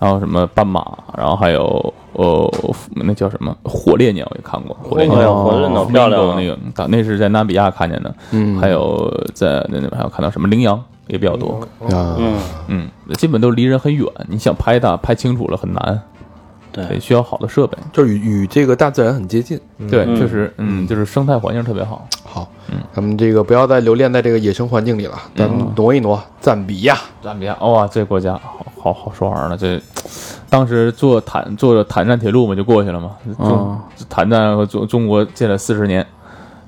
S6: 然后什么斑马，然后还有呃那叫什么火烈鸟也看过，火烈
S7: 哎呀，我这脑
S6: 鸟
S7: 漂亮啊
S6: 那，个，啊那是在纳比亚看见的，嗯，还有在那那边还有看到什么羚羊也比较多，
S2: 啊，
S7: 嗯，
S6: 嗯，基本都离人很远，你想拍它拍清楚了很难，得
S7: 对，
S6: 需要好的设备，
S2: 就是与与这个大自然很接近。
S6: 对，
S7: 嗯
S6: 确实，嗯，就是生态环境特别好。
S2: 好，咱们这个不要再留恋在这个野生环境里了，咱们挪一挪，赞比 亚。
S6: 赞比亚，哇，这国家好好好说玩儿呢。这当时坐坦坐着坦赞铁路嘛，就过去了嘛。中坦赞和中中国建了四十年，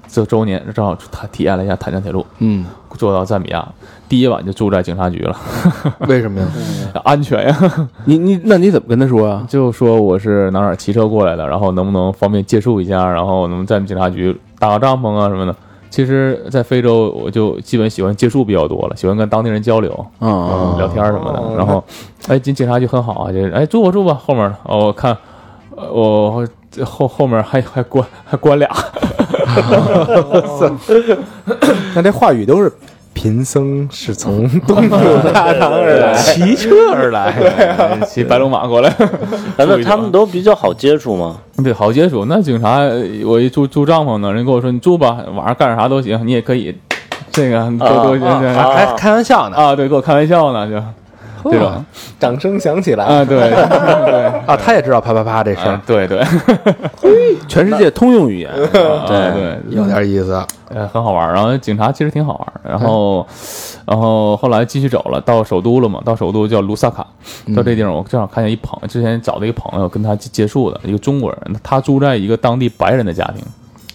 S6: 这周年正好他体验了一下坦赞铁路，
S2: 嗯，
S6: 坐到赞比亚，第一晚就住在警察局了，
S2: 为什么呀？
S6: 安全呀。
S3: 你你那你怎么跟他说啊？
S6: 就说我是哪儿哪儿骑车过来的，然后能不能方便借宿一下，然后能不能在警察局搭个帐篷啊什么的。其实，在非洲，我就基本喜欢借宿比较多了，喜欢跟当地人交流。
S3: 啊，
S6: 聊天什么的。然后，哎，进警察局很好啊，就是哎住吧住吧，后面呢哦我看，呃我这后后面还还关还关俩，
S5: 那这话语都是贫僧是从东土大唐而来，
S6: 骑车而来，骑白龙马过来，
S7: 哎那他们都比较好接触吗？
S6: 对，好接触。那警察呃我一住住帐篷呢，人跟我说你住吧，晚上干啥都行，你也可以，这个都都行
S7: 啊
S6: 行。
S7: 啊
S2: 开开玩笑呢，
S6: 啊，对，跟我开玩笑呢，就
S3: 哦
S6: 这种
S5: 掌声响起来，
S6: 啊， 对对
S2: 啊，他也知道啪啪啪这事
S6: 啊
S2: 儿，
S6: 对对，啊
S3: 全世界通用语 言，
S6: 对对，
S2: 有点意思。
S6: 呃，很好玩儿。然后警察其实挺好玩儿。然后，然后后来继续走了，到首都了嘛，到首都叫卢萨卡。到这地方，我正好看见一朋之前找的一个朋友，跟他接接触的一个中国人，他住在一个当地白人的家庭。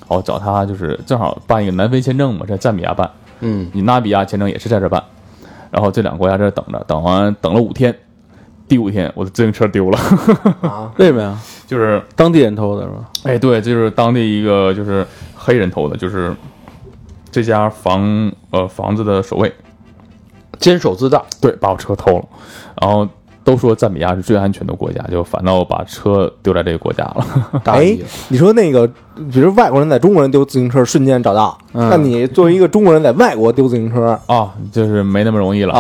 S6: 我找他就是正好办一个南非签证嘛，在赞比亚办，
S2: 嗯，
S6: 你纳比亚签证也是在这儿办。然后这两个国家在这儿等着，等完等了五天，第五天我的自行车丢了，
S3: 为什么呀？
S6: 就是
S3: 当地人偷的是吧？
S6: 哎，对，就是当地一个就是黑人偷的，就是这家房呃房子的守卫，
S2: 监守自盗，
S6: 对，把我车偷了，然后都说赞比亚是最安全的国家，就反倒把车丢在这个国家了。
S2: 大
S5: 哎
S2: 意了，
S5: 你说那个，比如外国人在中国人丢自行车，瞬间找到。那你作为一个中国人在外国丢自行车，
S6: 啊，就是没那么容易了。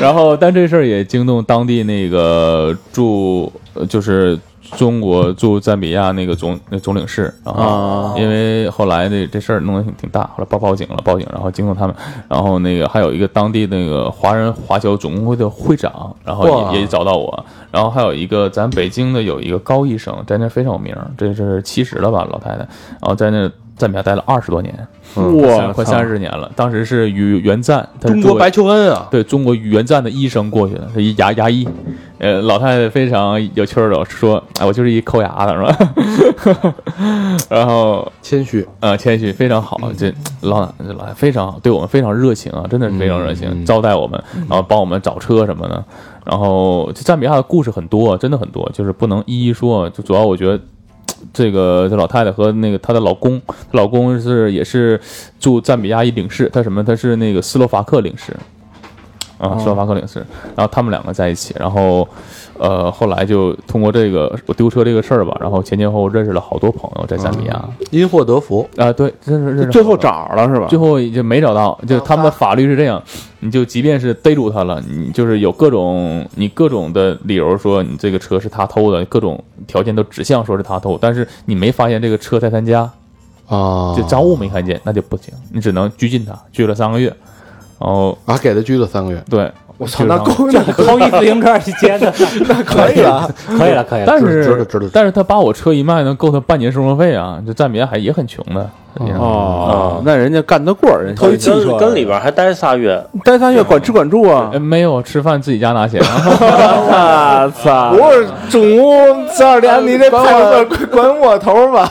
S6: 然后，但这事儿也惊动当地那个驻，呃就是中国驻赞比亚那个总那总领事然
S2: 啊
S6: 后因为后来这这事儿弄得挺挺大，后来报报警了，报警，然后惊动他们，然后那个还有一个当地那个华人华侨总工会的会长，然后也也找到我，然后还有一个咱北京的有一个高医生，在那非常有名儿，这是七十了吧老太太，然后在那赞比亚待了二十多年，哇，快三十年了，当时是与援赞，她是
S2: 中
S6: 作
S2: 国
S6: 为
S2: 白求恩啊，
S6: 对中国援赞的医生过去的，是一牙牙医。呃，老太太非常有趣儿的说：“哎，我就是一抠牙的，是吧？” 然后
S2: 谦虚，
S6: 呃，谦虚非常好，这老奶这老奶奶非常好，对我们非常热情啊，真的是非常热情，招待我们，然后帮我们找车什么的。然后这赞比亚的故事很多，真的很多，就是不能一一说。就主要我觉得。这个这老太太和那个她的老公，她老公是也是驻赞比亚一领事，他什么？他是那个斯洛伐克领事，啊，斯洛伐克领事。然后他们两个在一起，然后呃，后来就通过这个我丢车这个事儿吧，然后前前后后认识了好多朋友在赞比亚。
S2: 因祸得福，
S6: 啊，对，认识认识。
S3: 最后找着了是吧？
S6: 最后就没找到，就他们的法律是这样，你就即便是逮住他了，你就是有各种你各种的理由说你这个车是他偷的，各种条件都指向说是他偷，但是你没发现这个车在他家，
S2: 啊，
S3: 哦
S6: 就赃物没看见，那就不行，你只能拘禁他，拘了三个月，然后
S2: 啊，给他拘了三个月，
S6: 对，
S5: 我操，那够那可
S4: 偷一自行车去接的，
S5: 可以了。
S4: 可以了，可以了。
S6: 但
S2: 值得
S6: 是
S2: 值得值得
S6: 但是他把我车一卖能够他半年生活费啊，就赞比亚还也很穷的，
S3: 哦，那人家干得过人家，
S5: 偷啊一汽车
S6: 啊
S7: 跟跟里边还待仨月，
S3: 待三月管吃管住啊
S6: 哎，！没有吃饭自己家拿钱，啊
S3: 我操！
S5: 不是中午十二点，你这派出所管 管我头发，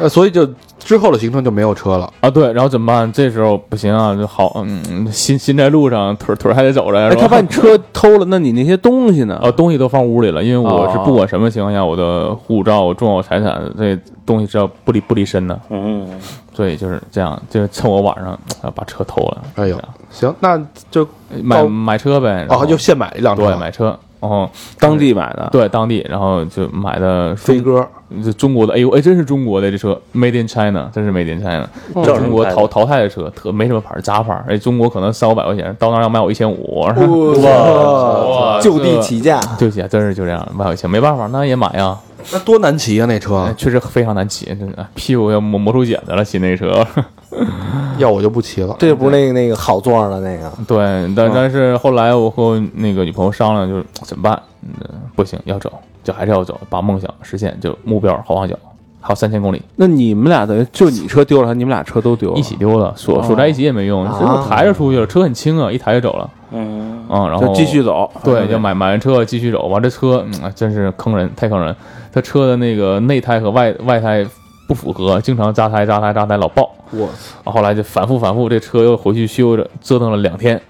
S2: 呃，所以就之后的行程就没有车了，
S6: 啊，对，然后怎么办？这时候不行啊，就好，嗯，心心在路上，腿腿还得走着。
S3: 哎，
S6: 是吧
S3: 他 把你车偷了，那你那些东西呢？
S6: 啊，东西都放屋里了，因为我是
S3: 哦
S6: 不管什么情况下，我的护照、我重要财产这东西是要不离不离身的，
S7: 嗯，
S6: 所以就是这样，就是趁我晚上啊把车偷了，
S2: 哎呦，行，那就
S6: 买
S2: 到
S6: 买车呗，然
S2: 啊，
S6: 后
S2: 就现买了一辆
S6: 对
S2: 车，
S6: 买车，然后
S3: 当地买的，
S6: 对当地，然后就买的中
S2: 飞哥，
S6: 这中国的，哎呦，哎，真是中国的这车，Made in China，真是 Made in China，、中国淘淘汰的车，特没什么牌儿，杂牌儿，哎，中国可能三五百块钱，到那儿要卖我一千五，
S5: 哦哇
S6: 哇
S5: 就地起价，
S6: 对不起，啊真是就这样，卖我一千，没办法，那也买呀，
S2: 那多难骑啊，那
S6: 哎
S2: 车，
S6: 确实非常难骑，真的，屁股要磨磨出茧子了，骑那车，
S2: 要我就不骑了，
S5: 这不是那个那个好座的那个，
S6: 对，但但是后来我和我那个女朋友商量，就是怎么办？嗯，不行，要走，就还是要走，把梦想实现，就目标好望角，还有三千公里。
S3: 那你们俩等于就你车丢了，还是你们俩车都丢了，
S6: 一起丢了，锁锁在一起也没用，
S5: 啊
S6: 最后抬着出去了，车很轻啊，一抬就走了，
S7: 嗯，
S6: 嗯，然后
S3: 就继续走。
S6: 对，就买买完车继续走，完这车嗯，真是坑人，太坑人，他车的那个内胎和外外胎不符合，经常扎胎扎胎扎胎老爆，啊
S5: 我
S6: 然后后来就反复反复，这车又回去修着折腾了两天。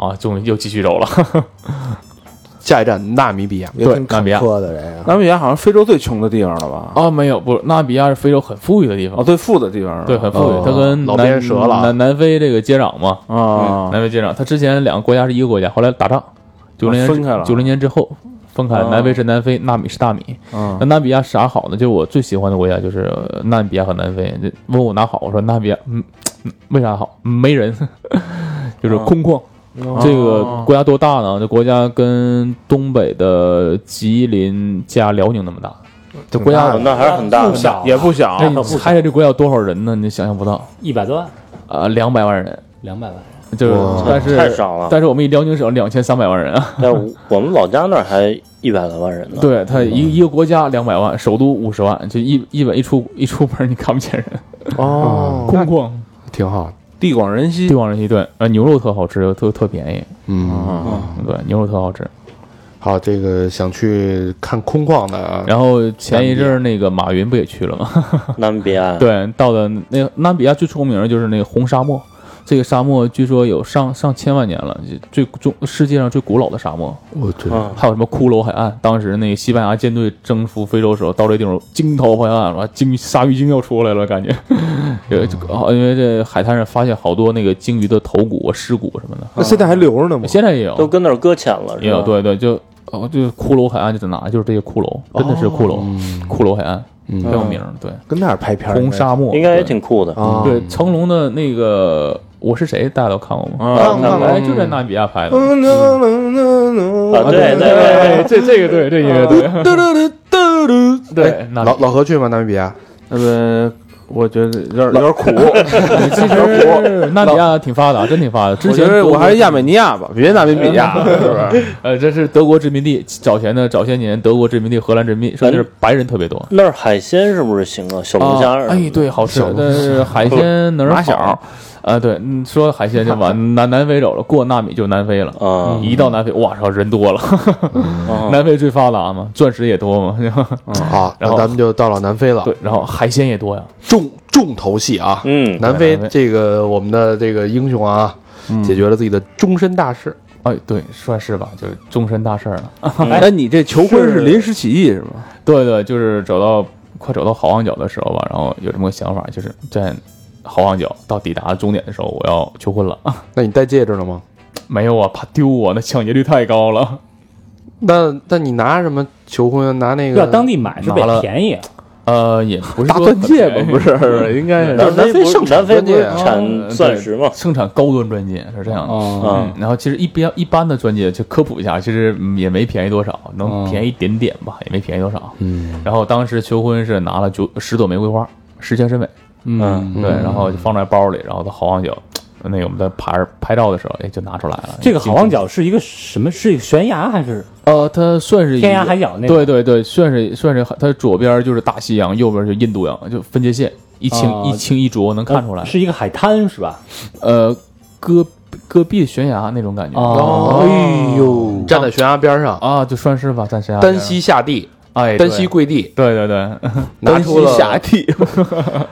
S6: 啊，终于又继续走了，
S2: 下一站纳米比亚，
S5: 也挺
S6: 纳
S5: 坎
S6: 米亚
S5: 坷的这个。
S3: 南美亚好像非洲最穷的地方了吧？
S6: 啊，没有，不是，纳米比亚是非洲很富裕的地方，哦
S3: 哦，最富的地方了
S6: 对，很富裕，它跟
S2: 老
S6: 南
S2: 变蛇了
S6: 南南非这个接壤嘛，
S3: 啊，
S6: 南非接壤，它之前两个国家是一个国家，后来打仗，九零年
S3: 啊分开了
S6: 九零年之后分开，
S3: 啊
S6: 南非是南非，纳米是大米。
S3: 嗯
S6: 那纳米比亚啥好呢？就是我最喜欢的国家就是呃纳米比亚和南非。这问我哪好，我说纳米比亚，嗯，嗯为啥好？没人， 就是空旷。
S3: 啊
S6: 这个国家多大呢？这国家跟东北的吉林加辽宁那么大，这国家
S5: 挺大的
S7: 哦那还是很大
S4: 不
S7: 的，
S4: 小，
S3: 也不小
S6: 哎，你猜猜这国家有多少人呢？你想象不到，
S4: 一百多万，
S6: 呃，两百万人。
S4: 两百万。
S6: 就是
S2: 哇
S6: 但是
S7: 太少了。
S6: 但是我们一辽宁省两千三百万人啊，
S7: 但我们老家那儿还一百来万人呢。
S6: 对他一一个国家两百万，首都五十万，就一一本一出 一出门你看不见人，
S5: 哦，
S6: 空旷。
S2: 嗯挺好。
S3: 地广人稀
S6: 帝，王人稀对，呃，牛肉特好吃，又特特便宜，
S2: 嗯，
S6: 对，牛肉特好吃。
S2: 好，这个想去看空旷的啊，
S6: 然后前一阵儿那个马云不也去了吗？
S7: 南北岸，
S6: 对，到的那个纳米比亚最出名的就是那个红沙漠，这个沙漠据说有上上千万年了，最中世界上最古老的沙漠。
S2: 我对
S7: 啊，
S6: 还有什么骷髅海岸？当时那个西班牙舰队征服非洲时候，到这地方惊涛骇浪，完鲸鲨鱼精要出来了，感觉。 这这个好因为这海滩上发现好多那个鲸鱼的头骨、尸骨什么的，
S5: 那现在还留着呢吗？
S6: 现在也有，
S7: 都啊跟那儿搁浅了，
S6: 也
S7: 是吧
S6: 有，？对对，就哦，就骷髅海岸就在哪，就是这些骷髅，真的是骷髅，骷髅海岸很有名儿，对，
S5: 跟那儿拍片儿，
S6: 红沙漠
S7: 应该也挺酷的。
S5: 啊，
S6: 对，对成龙的那个我是谁，大家都看过吗？
S3: 啊
S5: 看看
S6: 哎，就在纳米比亚拍的。
S5: 嗯。嗯嗯嗯嗯
S7: 啊，对对对，
S6: 哎，这这个 对，这音乐对，
S5: 嘟嘟嘟嘟嘟，
S6: 对，纳米
S2: 老老何去吗？纳米比亚？
S3: 那么我觉得有点有点苦，
S6: 其实纳米比亚挺发达，真挺发达。之
S3: 我觉
S6: 前
S3: 得
S6: 德
S3: 我
S6: 国
S3: 还是亚美尼亚吧，别亚美比亚了，是不是？
S6: 呃，这是德国殖民地，早前的早些年，德国殖民地、荷兰殖民地，
S3: 嗯
S6: 甚至是白人特别多。
S7: 那儿海鲜是不是行啊？小龙虾
S6: 啊
S7: 儿，
S6: 哎，对，好吃
S2: 小。龙
S6: 但是 海鲜哪儿
S3: 马小
S6: 好啊，对，嗯说海鲜就往 南南非走了，过纳米就南非了。
S7: 啊，
S6: 一到南非，哇操，人多了。
S7: 啊
S6: 南非最发达嘛，钻石也多嘛。
S3: 啊
S2: 好，
S6: 然
S2: 啊那
S6: 后
S2: 咱们就到了南非了。
S6: 对，然后海鲜也多呀。
S2: 重重头戏啊，
S7: 嗯，
S2: 南非
S6: 南非
S2: 这个我们的这个英雄啊，解决了自己的终身大事。
S6: 哎，对，算是吧，就是终身大事儿了。
S3: 哎，你这求婚是临时起意是吗？
S6: 对对，就是走到快走到好望角的时候吧，然后有这么个想法，就是在好望角到抵达终点的时候，我要求婚了。
S2: 那你戴戒指了吗？
S6: 没有啊，怕丢啊，那抢劫率太高了。
S2: 那那你拿什么求婚？啊拿那
S4: 要
S2: 个
S4: 当地买是不是
S6: 拿
S4: 也
S6: 了
S4: 便宜？
S6: 呃，也不是
S3: 大
S6: 说
S3: 钻戒吧
S6: 很，
S3: 不是，应该是
S7: 南非不是南非不是
S2: 钻戒啊
S6: 嗯
S7: 产
S6: 对
S7: 钻石吗？
S6: 生产高端钻戒是这样的。
S4: 哦，
S7: 啊
S6: 嗯，，然后其实一边一般的钻戒，就科普一下，其实嗯也没便宜多少，能
S4: 嗯
S6: 便宜一点点吧，也没便宜多少。嗯，然后当时求婚是拿了九十朵玫瑰花，十全十美，
S7: 嗯，
S6: 对，然后就放在包里，然后到好望角，那个我们在拍拍照的时候，哎，就拿出来了。
S4: 这个好望角是一个什么？是一个悬崖还是
S6: 呃，它算是一
S4: 天涯
S6: 个
S4: 海角那个？
S6: 对对对，算是算是它左边就是大西洋，右边就是印度洋，就分界线一清、
S4: 哦
S6: 一清一浊，能看出来。
S4: 是一个海滩是吧？
S6: 呃，戈戈壁悬崖那种感觉。
S4: 哦，
S2: 哎
S7: 啊
S2: 呦，站在悬崖边上，
S6: 啊，就算是吧，暂时啊
S2: 单膝下地，
S6: 哎，对
S2: 单膝跪地，
S6: 对对对
S2: 拿出了
S3: 下地，
S4: 有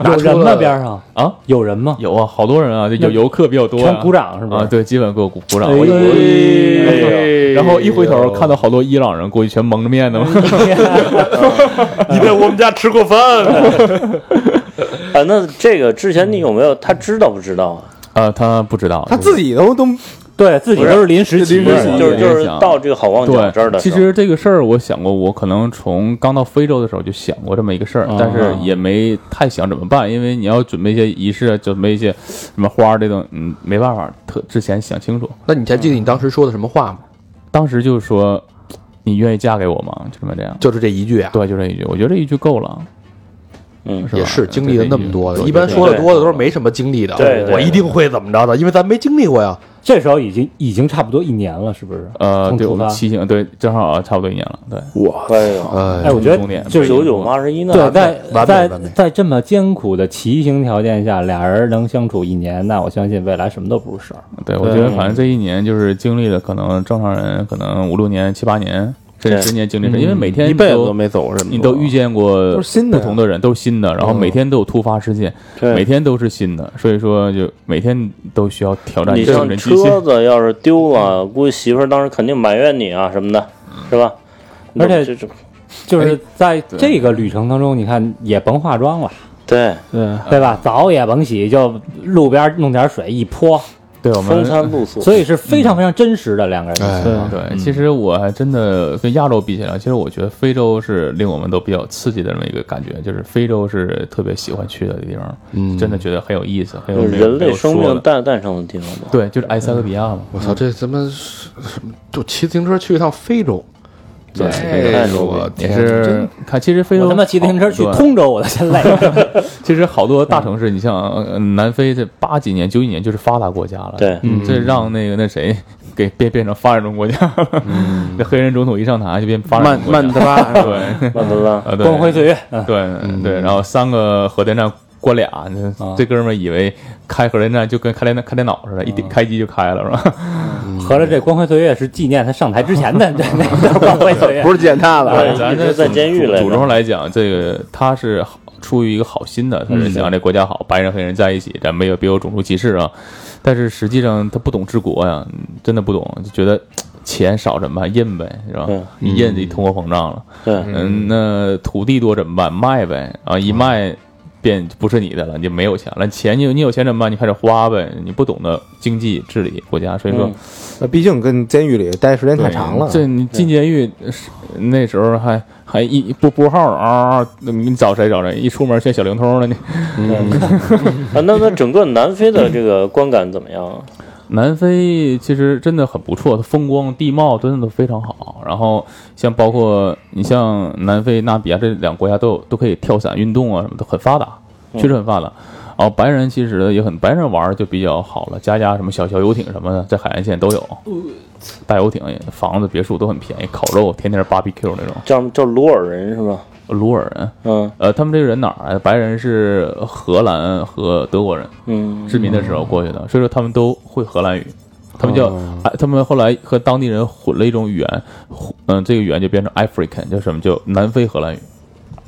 S2: 拿出
S4: 人吗？
S2: 了
S4: 边上
S6: 啊，
S4: 有人吗？
S6: 有啊，好多人啊，就有
S4: 那
S6: 游客比较多、啊，
S4: 全鼓掌是吧
S6: 啊，对，基本给我鼓鼓掌。
S4: 哎
S6: 我
S4: 呦
S6: 哎然后一回头看到好多伊朗人，估计全蒙着面呢嘛。
S7: 你在我们家吃过饭？啊，那这个之前你有没有他知道不知道啊？
S6: 啊，他不知道，
S5: 他自己都都
S4: 对自己都是临时起意
S5: 不
S4: 的
S5: 是临时起
S7: 就是
S5: 意
S7: 就是
S6: 我也想
S7: 到这个好望角
S6: 对
S7: 这儿的时
S6: 其
S7: 候，
S6: 实这个事儿我想过，我可能从刚到非洲的时候就想过这么一个事儿，但是也没太想怎么办，因为你要准备一些仪式，准备一些什么花儿这种，嗯，没办法，特之前想清楚。
S2: 那你还
S7: 嗯
S2: 记得你当时说的什么话吗？
S6: 当时就说，你愿意嫁给我吗？就这么这样。
S2: 就是这一句啊，
S6: 对，就这一句，我觉得这一句够了。
S7: 嗯
S6: 是吧
S2: 也是经历了那么多的，
S6: 对
S2: 一般说的
S7: 对
S2: 多的都是没什么经历的
S7: 对，对
S2: 我一定会怎么着的，因为咱没经历过呀。
S4: 这时候已经已经差不多一年了，是不是？
S6: 呃，
S4: 从
S6: 对
S4: 出
S6: 我们
S4: 发
S6: 七星，对，正好啊差不多一年了，对，
S7: 我哎呦，
S4: 哎，
S2: 哎，
S4: 我觉
S6: 重点
S4: 得就是
S7: 九九八十一呢，
S4: 对，
S2: 完美
S4: 在
S2: 完美
S4: 在在这么艰苦的骑行条件下，俩人能相处一年，那我相信未来什么都不是事儿。
S6: 对我觉得反正这一年就是经历了，可能正常人可能五六年、七八年，甚至
S7: 对
S6: 十年经历是，因为每天
S3: 一
S6: 你
S3: 辈子
S6: 都
S3: 都没走过这么多
S6: 你都遇见过
S5: 都是新的
S6: 不
S5: 呀
S6: 同的人，都是新的，然后每天都有突发事件，
S7: 对
S6: 每天都是新的，所以说就每天都需要挑战
S7: 你
S6: 你的
S7: 像
S6: 人极
S7: 车
S6: 限。
S7: 子要是丢了，估计媳妇儿当时肯定埋怨你啊什么的，是吧？
S4: 而且
S7: 这种
S4: 就是在这个旅程当中，你看也甭化妆了，
S7: 对
S4: 对吧？澡也甭洗，就路边弄点水一泼，
S6: 对我
S7: 风
S6: 们
S7: 餐露宿，
S4: 所以是非常非常真实的两个人的
S2: 哎
S4: 情况。
S6: 对，其实我还真的跟亚洲比起来，其实我觉得非洲是令我们都比较刺激的这么一个感觉，就是非洲是特别喜欢去的地方，
S2: 嗯
S6: 真的觉得很有意思，很有
S7: 就是
S6: 没有
S7: 人
S6: 没
S7: 类
S6: 有说
S7: 生命
S6: 的
S7: 诞诞生的地方嘛。
S5: 嗯
S6: 对，就是埃塞俄比亚嘛。
S2: 我操，这他妈是什么？就骑自行车去一趟非洲，
S6: 对，
S2: 哎呦我
S6: 也
S2: 天，
S6: 是看，其实非洲
S4: 我他妈骑自行车去
S6: 好多
S4: 通州，我都先累了。
S6: 其实好多大城市，你像呃南非这八几年、九几年就是发达国家了，
S7: 对
S6: 嗯，这让那个那谁给变变成发展中国家了， 那黑人总统一上台就变发展
S3: 曼
S6: 中国家
S3: 曼德 拉
S6: 对，
S7: 慢慢拉，
S6: 呃对
S4: 光辉岁月，嗯，啊
S6: 对对，然后三个核电站关俩，这这哥们儿以为开核电站就跟开电开电脑似的，一
S4: 啊
S6: 点开机就开了是吧？
S4: 合着这光辉岁月是纪念他上台之前的，对，那个叫光辉岁月。
S5: 不是践踏了，
S7: 对
S6: 咱
S7: 一直
S6: 这
S7: 啊在
S6: 组
S7: 监狱
S6: 组
S7: 来
S6: 组
S7: 着
S6: 织上来讲，这个他是好出于一个好心的，他
S7: 嗯
S6: 是想让这国家好，白人黑人在一起，咱没有别有种族歧视啊。但是实际上他不懂治国呀，嗯真的不懂，就觉得钱少怎么办，印呗是吧
S7: 对？
S6: 一印就通货膨胀了。
S7: 对，
S6: 嗯，那土地多怎么办？卖呗啊，
S7: 嗯
S6: 一卖变不是你的了，你就没有钱了。钱你有你有钱怎么办？你开始花呗，你不懂得经济治理国家，所以说
S7: 嗯
S5: 那毕竟跟监狱里待时间太长了，
S6: 这你进监狱是那时候还还一不拨号嗷嗷，啊你找谁找谁？一出门像小灵通了你。
S7: 啊，那那整个南非的这个观感怎么样啊？
S6: 南非其实真的很不错，它风光地貌真的都非常好。然后像包括你像南非、纳比亚这两个国家都有都可以跳伞运动啊什么的，很发达，
S5: 嗯
S6: 确实很发达。然后白人其实也很，白人玩儿就比较好了，家家什么小小游艇什么的，在海岸线都有，大游艇、房子、别墅都很便宜，烤肉天天 BBQ 那种。
S7: 叫叫鲁尔人是吧？
S6: 鲁尔人，
S7: 嗯
S6: 呃，他们这个人哪儿啊？白人是荷兰和德国人，
S7: 嗯，
S6: 殖民的时候过去的，所以说他们都会荷兰语。他们叫，
S7: 哦
S6: 哎，他们后来和当地人混了一种语言，混嗯，这个语言就变成 African，叫什么？叫南非荷兰语。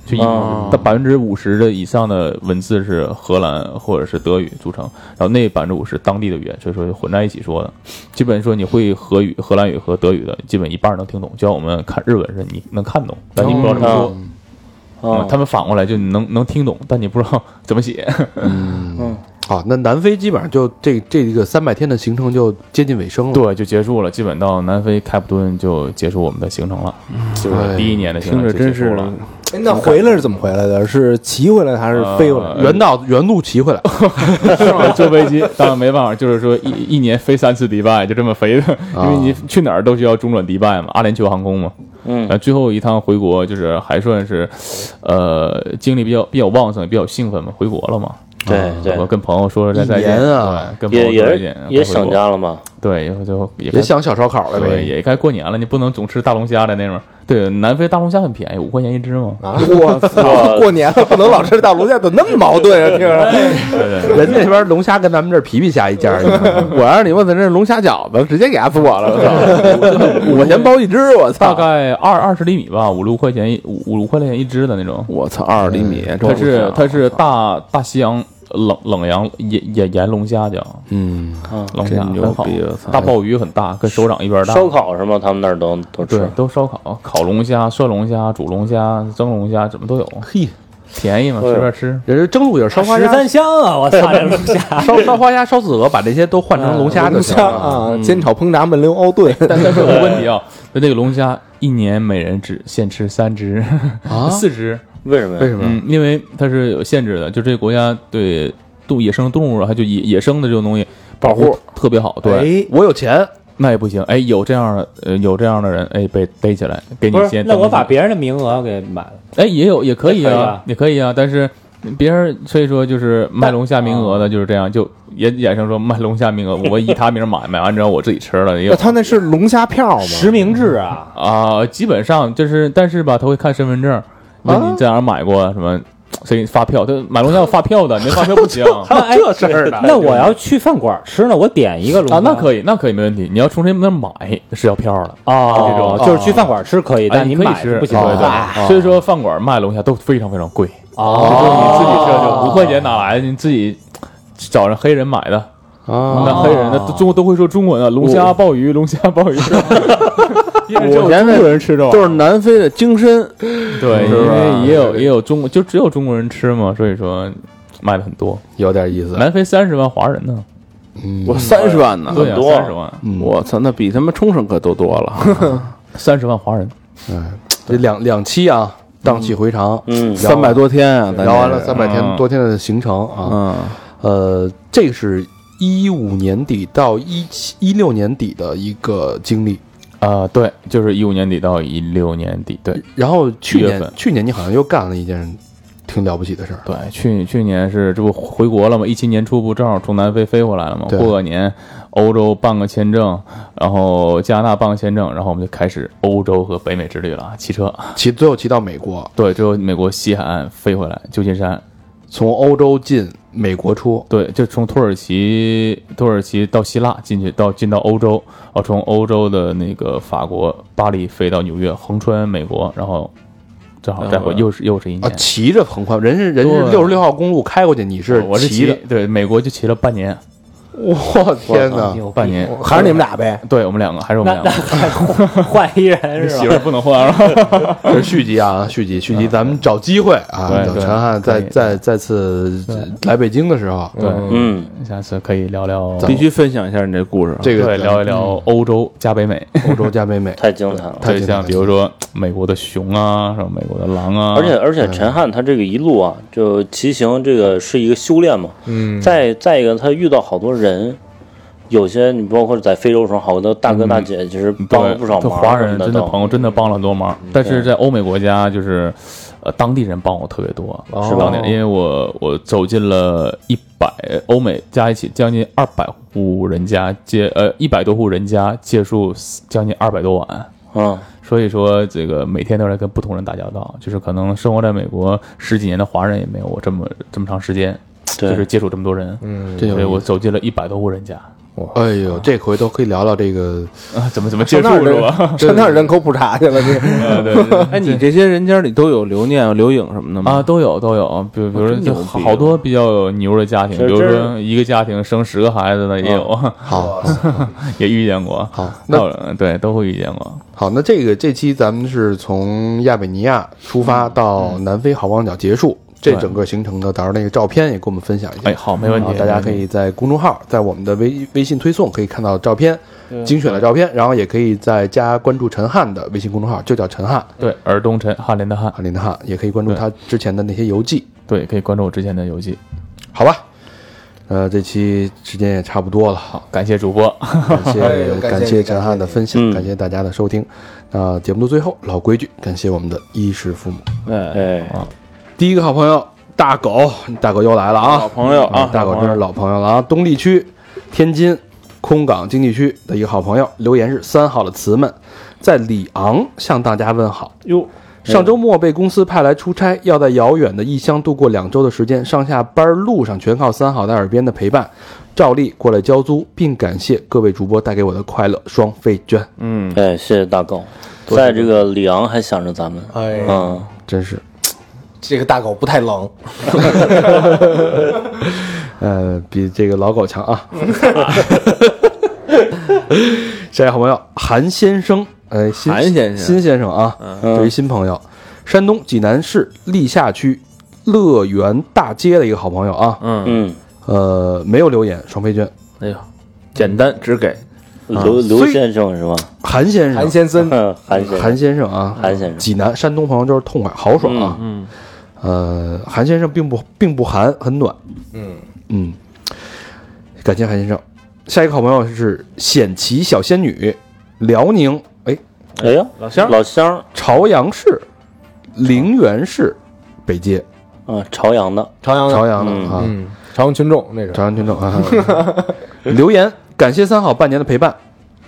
S6: 就一
S7: 哦，
S6: 百分之五十的以上的文字是荷兰或者是德语组成，然后那百分之五十当地的语言，所以说就混在一起说的。基本说你会荷语、荷兰语和德语的，基本一半能听懂。就像我们看日文似的，你能看懂，但你不知道怎么说。
S7: 哦
S6: 嗯
S7: 啊，
S6: 他们反过来就你能能听懂，但你不知道怎么写。
S2: 啊，那南非基本上就这这个三百天的行程就接近尾声了。
S6: 对，就结束了，基本到南非开普敦就结束我们的行程了，就是第一年的行
S3: 听
S6: 程
S3: 着
S6: 就结
S3: 真
S6: 束
S3: 是
S6: 了。
S5: 哎那回来是怎么回来的？是骑回来还是飞回来？
S6: 呃
S2: 原道原路骑回来，
S5: 哦
S6: 坐飞机，当然没办法，就是说一一年飞三次迪拜，就这么飞的，因为你去哪儿都需要中转迪拜嘛，阿联酋航空嘛。
S7: 嗯
S6: 呃，最后一趟回国就是还算是，呃，精力比较比较旺盛，比较兴奋嘛，回国了嘛。
S7: 对对
S6: 啊我，跟朋友说了再再
S2: 一年
S6: 见
S2: 啊，
S6: 对跟朋
S7: 也
S6: 友说
S7: 也
S6: 再见
S7: 是，也
S6: 快回
S7: 想
S6: 国，
S7: 家了嘛。
S6: 对，以后就也该
S2: 也想小烧烤了
S6: 对，
S2: 呗。
S6: 也该过年了，你不能总吃大龙虾在那边儿。对，南非大龙虾很便宜，五块钱一只嘛。
S5: 啊！我操！ 过年了不能老吃大龙虾，怎么那么矛 盾啊？听着，
S2: 人家那边龙虾跟咱们这儿皮皮虾一家 儿一样，
S5: 我要是你，我在这龙虾饺子直接给它做了， 我操！五块钱包一只，我
S6: 大
S5: 操！
S6: 概二二十厘米吧，五六块钱一五五六块钱一只的那种。
S3: 我操，二十厘
S2: 嗯
S3: 米，
S6: 它是它是大大西洋呃冷冷洋盐盐盐龙虾叫，
S2: 嗯，
S6: 龙虾
S3: 真牛
S6: 很好
S3: 逼我操，
S6: 大鲍鱼很大，跟手掌一边大。
S7: 烧烤是吗？他们那儿都都
S6: 对
S7: 吃，。
S6: 都烧烤，烤龙虾、涮龙虾、煮龙虾、蒸龙虾，怎么都有。
S2: 嘿，
S6: 便宜嘛，随便吃。
S2: 人家蒸鹿也是烧花
S4: 十
S2: 鸭，
S4: 三香啊！我操，这龙虾
S2: 烧烧花鸭、烧子鹅，把这些都换成龙虾就
S5: 龙
S2: 行
S5: 虾
S2: 了。嗯
S5: 啊，煎炒烹炸焖溜熬炖，
S6: 但 但是有个问题啊，就那个龙虾一年每人只限吃三只， 四只。
S7: 为什么
S2: 为
S7: 呀？
S2: 什么？
S6: 嗯，因为它是有限制的，就这个国家对动野生动物啊，还就野野生的这种东西保护特别好。对，
S5: 哎，
S2: 我有钱，
S6: 那也不行。哎，有这样的呃，有这样的人，哎，被逮起来，给你
S4: 不是？
S6: 先。
S4: 那我把别人的名额给买了，
S6: 哎也有也可以
S4: 可以
S6: 啊
S4: 啊，
S6: 也可以啊，但是。别人所以说就是卖龙虾名额的，就是这样，就也衍生说卖龙虾名额，我以他名买，买完之后我自己吃了，也 有
S5: 那他那是龙虾票吗？
S4: 实名制 啊！
S6: 啊、基本上就是，但是吧，他会看身份证，问你在哪儿买过什么，谁给你发票？他买龙虾有发票的，你没发啊 票不行。
S4: 那这事儿呢？那我要去饭馆吃呢，我点一个龙虾
S6: 啊，那可以，那可以，没问题。你要从谁那儿买是要票的，
S4: 哦，
S6: 这种
S4: 就是去饭馆吃可以，
S6: 哎
S4: 但你
S6: 可以
S4: 买
S6: 吃
S4: 不行。
S6: 对对
S4: 哎
S6: 对。所以说饭馆卖龙虾都非常非常贵，
S4: 哦，
S6: 自己吃就五块钱哪来的？你自己找人黑人买的啊，那黑人的都中都会说中文啊，龙虾、鲍鱼、龙虾、鲍鱼，因为只有
S3: 我前
S6: 中
S3: 面
S6: 国人吃这玩意
S3: 就
S6: 儿
S3: 是南非的精深，
S6: 对，因为也有也有中国，就只有中国人吃嘛，所以说卖的很多。
S2: 有点意思。
S6: 南非三十万华人呢，
S3: 我三十万呢，
S6: 对啊，
S7: 多
S6: 三十万，
S3: 我操，那比他妈冲绳可都多了，
S6: 三十万华人，
S2: 这两两期啊，荡气回肠，
S7: 嗯
S2: 聊
S3: 三百多天啊，咱
S2: 聊完
S3: 这
S2: 了
S3: 是
S2: 三百
S6: 嗯
S2: 天多天的行程啊，
S3: 嗯，
S2: 呃，这是一五年底到一七一六年底的一个经历，
S6: 啊，对，就是一五年底到一六年底，对
S2: 然后去
S6: 一月
S2: 年
S6: 份
S2: 去年你好像又干了一件挺了不起的事儿，
S6: 对，去去年是这不回国了吗？一七年初不正好从南非飞回来了吗？
S2: 对
S6: 过个年，欧洲办个签证，然后加拿大办个签证，然后我们就开始欧洲和北美之旅了，骑车。
S2: 骑最后骑到美国，
S6: 对，最后美国西海岸飞回来，旧金山。
S2: 从欧洲进美国出，
S6: 对，就从土耳其，土耳其到希腊进去，到进到欧洲，然后从欧洲的那个法国巴黎飞到纽约，横穿美国，然后正好再回，又是又是一
S2: 啊
S6: 年，。
S2: 骑着横跨，人是人是
S6: 嗯对
S2: 六十六号公路开过去，你是
S6: 我是
S2: 骑
S6: 骑
S2: 的，，
S6: 对，美国就骑了半年，
S2: 我天哪！
S4: 牛逼
S6: 啊半年，
S5: 还是你们俩呗？
S6: 对我们两个还是我们
S4: 那
S6: 两
S4: 那
S6: 个。
S4: 还换一人是
S6: 媳
S4: 吧？
S6: 妇儿不能 换啊了。
S2: 这是续集啊，续集，续集，咱们找机会啊，
S6: 嗯对
S2: 等
S6: 对
S2: 陈汉再
S6: 可以
S2: 再再次来北京的时候，
S6: 对，
S7: 嗯，
S6: 下次可以聊聊，
S2: 咱
S3: 必须分享一下你这故事啊。
S2: 这个
S6: 对聊一聊欧洲加北美，
S2: 欧洲加 北美，
S7: 太精彩了。
S2: 太
S6: 对，
S2: 精彩了
S6: 像比如说美国的熊啊，什么美国的狼啊，
S7: 而且而且陈汉他这个一路啊，就骑行这个是一个修炼嘛。嗯。再再一个，他遇到好多人，有些你包括在非洲的时候，好多大哥大姐其实帮了
S6: 对，
S7: 不少
S6: 这
S7: 忙。
S6: 华人真的嗯
S7: 都
S6: 朋友真的帮了很多忙，但是在欧美国家就是，呃，当地人帮我特别多，
S7: 是吧
S6: 当地人因为我我走进了一百欧美加一起将近二百户人家借呃一百多户人家借宿将近二百多晚，
S7: 嗯，
S6: 所以说这个每天都在跟不同人打交道，就是可能生活在美国十几年的华人也没有我这么这么长时间，
S7: 对
S6: 就是接触这么多人，嗯，
S2: 真
S6: 所以
S2: 有
S6: 我
S2: 意思。
S6: 走进了一百多户人家
S2: 哎呦，这回头可以聊聊这个，
S6: 啊，怎么怎么接触
S5: 上那儿
S6: 是吧？
S5: 人 上那儿人口普查去了，你
S6: 对对对。
S3: 哎，你这些人家里都有留念、留影什么的吗？
S6: 啊，，都有都有，比如比如说
S3: 真
S6: 就
S3: 牛逼
S6: 好多比较牛的家庭，
S7: 其实
S6: 比如
S7: 真
S6: 说一个家庭生十个孩子的也有，
S2: 好，
S6: 也遇见过。
S2: 好那
S6: 到了对都会遇见过。
S2: 好，那这个这期咱们是从亚美尼亚出发到南非好望角结束，这
S6: 对
S2: 整个行程的，到时候那个照片也给我们分享一下
S6: 哎，。好，没问
S2: 啊
S6: 题，，
S2: 大家可以在公众号，在我们的微微信推送可以看到照片，精选的照片，然后也可以再加关注陈汉的微信公众号，就叫陈汉，
S6: 对尔东陈翰林的翰，
S2: 啊，林德汉，也可以关注他之前的那些游记，
S6: 对，可以关注我之前的游记。
S2: 好吧？呃，这期时间也差不多了， 好，
S6: 感谢主播，
S2: 感
S5: 哎
S2: 谢
S5: 呦感谢
S2: 感谢陈汉的分享，
S7: 嗯
S2: 感谢大家的收听。那节目的最后，老规矩，感谢我们的衣食父母。
S3: 哎，
S7: 哎，
S2: 第一个好朋友大狗，大狗又来了啊，
S3: 老朋友啊
S2: 嗯大狗真是老朋友了啊！东丽区天津空港经济区的一个好朋友，留言是三号的词们，在里昂向大家问好哟。
S3: 哎
S2: 上周末被公司派来出差，要在遥远的异乡度过两周的时间，上下班路上全靠三好在耳边的陪伴，照例过来交租，并感谢各位主播带给我的快乐双飞娟，
S3: 嗯，
S7: 哎，谢谢大狗，在这个里昂还想着咱们。
S5: 哎，
S7: 嗯，
S2: 真是
S5: 这个大狗不太冷，
S2: 呃，比这个老狗强啊。 下一位好朋友韩先生，哎，新
S3: 韩先生
S2: 新先生啊，这一新朋友，山东济南市历下区乐园大街的一个好朋友啊，
S7: 嗯，
S2: 呃，没有留言，双飞娟，
S3: 哎呦，简单只给
S7: 刘刘
S2: 所以
S7: 先生是吧？
S2: 韩先
S5: 韩
S2: 生，
S5: 先生，
S7: 嗯，韩先生
S2: 韩先生啊，
S7: 韩先生
S2: 济南山东朋友就是痛快豪爽啊，嗯，呃，韩先生并不并不寒，很暖，嗯嗯，感谢韩先生。下一个好朋友是显旗小仙女，辽宁，哎，
S7: 哎呀，老乡，老乡，
S2: 朝阳市陵园市北街，
S7: 嗯，朝阳的，
S5: 朝阳的，
S2: 朝阳的
S7: 嗯
S2: 啊，
S5: 嗯，朝阳群众那是
S2: 朝阳群 众 啊，留言感谢三好半年的陪伴。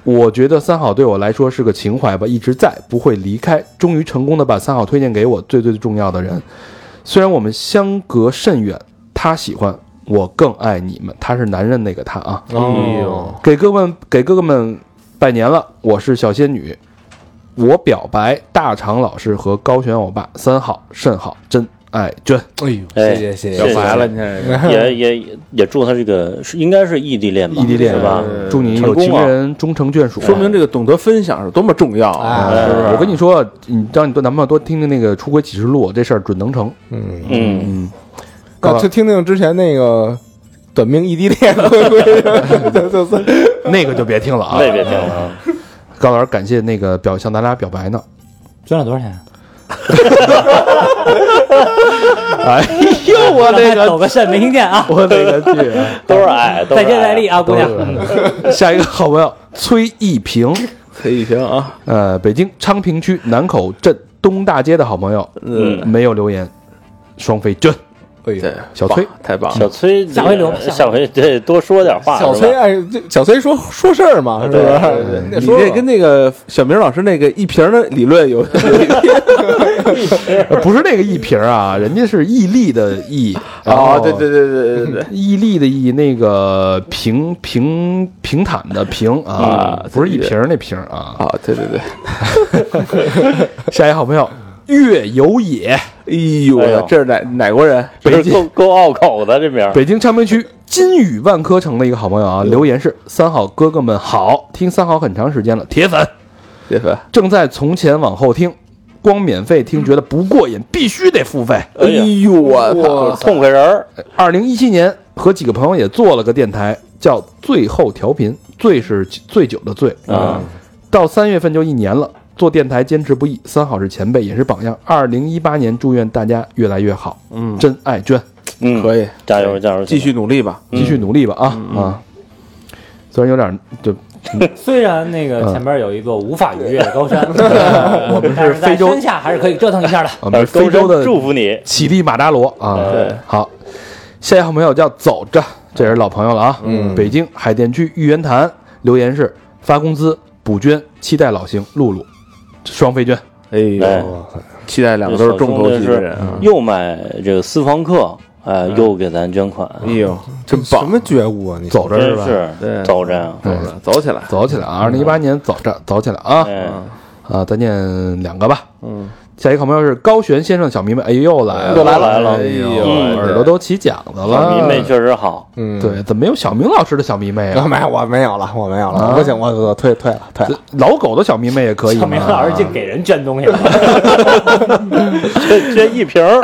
S2: 我觉得三好对我来说是个情怀吧，一直在，不会离开。终于成功的把三好推荐给我最最重要的人。虽然我们相隔甚远，他喜欢我更爱你们。他是男人那个他啊，
S3: 嗯
S5: 哦，
S2: 给哥们给哥哥们拜年了，我是小仙女，我表白大长老师和高璇欧巴三好甚好真爱娟。
S5: 哎呦，
S7: 哎
S5: 谢谢谢
S3: 表
S5: 谢，
S3: 白了，你看，
S7: 也也也祝他这个是应该是异地恋吧，
S2: 异地恋
S7: 是吧？
S2: 嗯祝你
S3: 成
S2: 有
S3: 功
S2: 情
S3: 啊
S2: 人终成眷属。
S3: 说明这个懂得分享是多么重要啊！
S5: 哎，
S2: 是不是我跟你说，你让你的男朋友多听听那个《出轨启示录》，这事儿准能成。
S5: 嗯，
S7: 嗯，
S5: 那就听听之前那个短命异地恋， 对对对，
S2: 那个就别听了啊。
S7: 那别听了啊，
S2: 高老师，感谢那个表向咱俩表白呢。
S4: 捐了多少钱？啊
S2: 哎呦，我那
S4: 走
S2: 个，
S4: 个肾，没听见啊！
S2: 我那个去
S7: 嗯
S2: 啊！
S7: 都是爱，都是
S4: 再接
S7: 爱
S4: 再厉啊，姑娘！
S2: 下一个好朋友崔一平，
S8: 可以行啊，
S2: 呃，北京昌平区南口镇东大街的好朋友
S7: 嗯
S2: 没有留言，双飞真
S5: 哎呦
S8: 对，
S2: 小崔
S8: 棒太棒
S7: 小
S8: 了，
S7: 崔，
S4: 下回留
S7: 下回对多说点话。
S5: 小崔
S7: 是吧
S5: 哎，这小崔说说事儿嘛，是不是？
S8: 你
S5: 说
S8: 这跟那个小明老师那个一瓶的理论有
S2: 呃不是那个一瓶儿啊，人家是毅力的毅
S3: 哦
S8: 啊，对对对对对对对，
S2: 毅力的毅，那个平平平坦的平啊
S8: 啊，
S2: 不是一瓶儿那瓶儿啊。
S8: 啊，对对对，
S2: 下一好朋友月有野，
S8: 哎呦，我
S7: 哎呦
S8: 操这是哪哪国人？
S7: 这是够够拗口的这名儿。
S2: 北京昌平区金宇万科城的一个好朋友啊，留言是三好哥哥们好，听三好很长时间了，铁粉，
S8: 这份
S2: 正在从前往后听，光免费听觉得不过瘾，必须得付费。
S7: 哎
S8: 哎
S7: 呀
S8: 呦，我操！
S7: 痛快人儿，
S2: 二零一七年和几个朋友也做了个电台，叫最后调频，醉是醉酒的醉
S7: 啊，
S2: 到三月份就一年了。做电台坚持不易，三好是前辈也是榜样。二零一八年，祝愿大家越来越好。
S8: 嗯
S2: 真爱娟，
S7: 嗯，
S8: 可以
S7: 加油加油，
S8: 继续努力吧。
S2: 继续努力吧啊、
S7: 嗯
S2: 啊！虽然有点就
S4: 虽然那个前边有一座无法逾越的高山，我们但是在
S2: 非洲
S4: 山下还是可以折腾一下的。
S2: 我
S7: 呃
S2: 们非洲的
S7: 祝福你，
S2: 乞力马扎罗啊。
S7: 对，
S2: 好，下一好朋友叫走着，这也是老朋友了啊。嗯，北京海淀区玉渊潭留言是发工资补捐，期待老邢露露双飞捐。
S8: 哎呦，期待两个都是重头戏的人啊！
S7: 又买这个私房课，哎，又给咱捐款，
S8: 哎呦，真
S5: 什
S8: 棒！
S5: 么觉悟啊你？
S2: 走着
S7: 真
S2: 吧？
S7: 是
S8: 对
S7: 走着。啊
S8: 走了，走起来！
S2: 走起来啊！二零一八年走着，走起来啊！
S7: 哎，
S2: 啊，咱念两个吧。嗯，下一个好朋友是高璇先生的小迷妹，哎，又来了，
S7: 又来了
S2: 哎呦，
S7: 嗯
S2: 耳朵都起茧子
S7: 小迷
S2: 了。
S7: 妹确实好，
S5: 嗯，
S2: 对，怎么没有小明老师的小迷妹
S5: 啊，
S2: 啊？
S5: 没有，我没有了，我没有了，不行，我我退退了，
S7: 嗯
S5: 退了。
S2: 老狗的小迷妹也可以吗。
S4: 小明老师净给人捐东西了，
S7: 这这一瓶儿，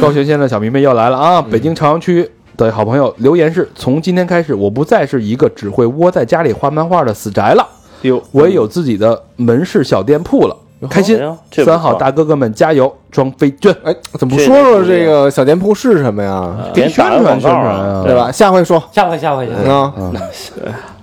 S2: 高璇先生的小迷妹又来了啊！
S7: 嗯
S2: 北京朝阳区的好朋友留言是：从今天开始，我不再是一个只会窝在家里画漫画的死宅了，
S8: 哟，
S2: 我也有自己的门市小店铺了，开心
S7: 哎呦这！不错
S2: 三好大哥哥们加油，装飞娟。
S5: 哎，怎么不说说这个小店铺是什么呀？
S7: 呃给
S2: 给你
S7: 你
S2: 宣
S7: 打个
S2: 传宣
S7: 广告
S2: 传
S7: 啊
S2: 啊！
S5: 对吧？下回说
S4: 下回下回下回。
S5: 啊，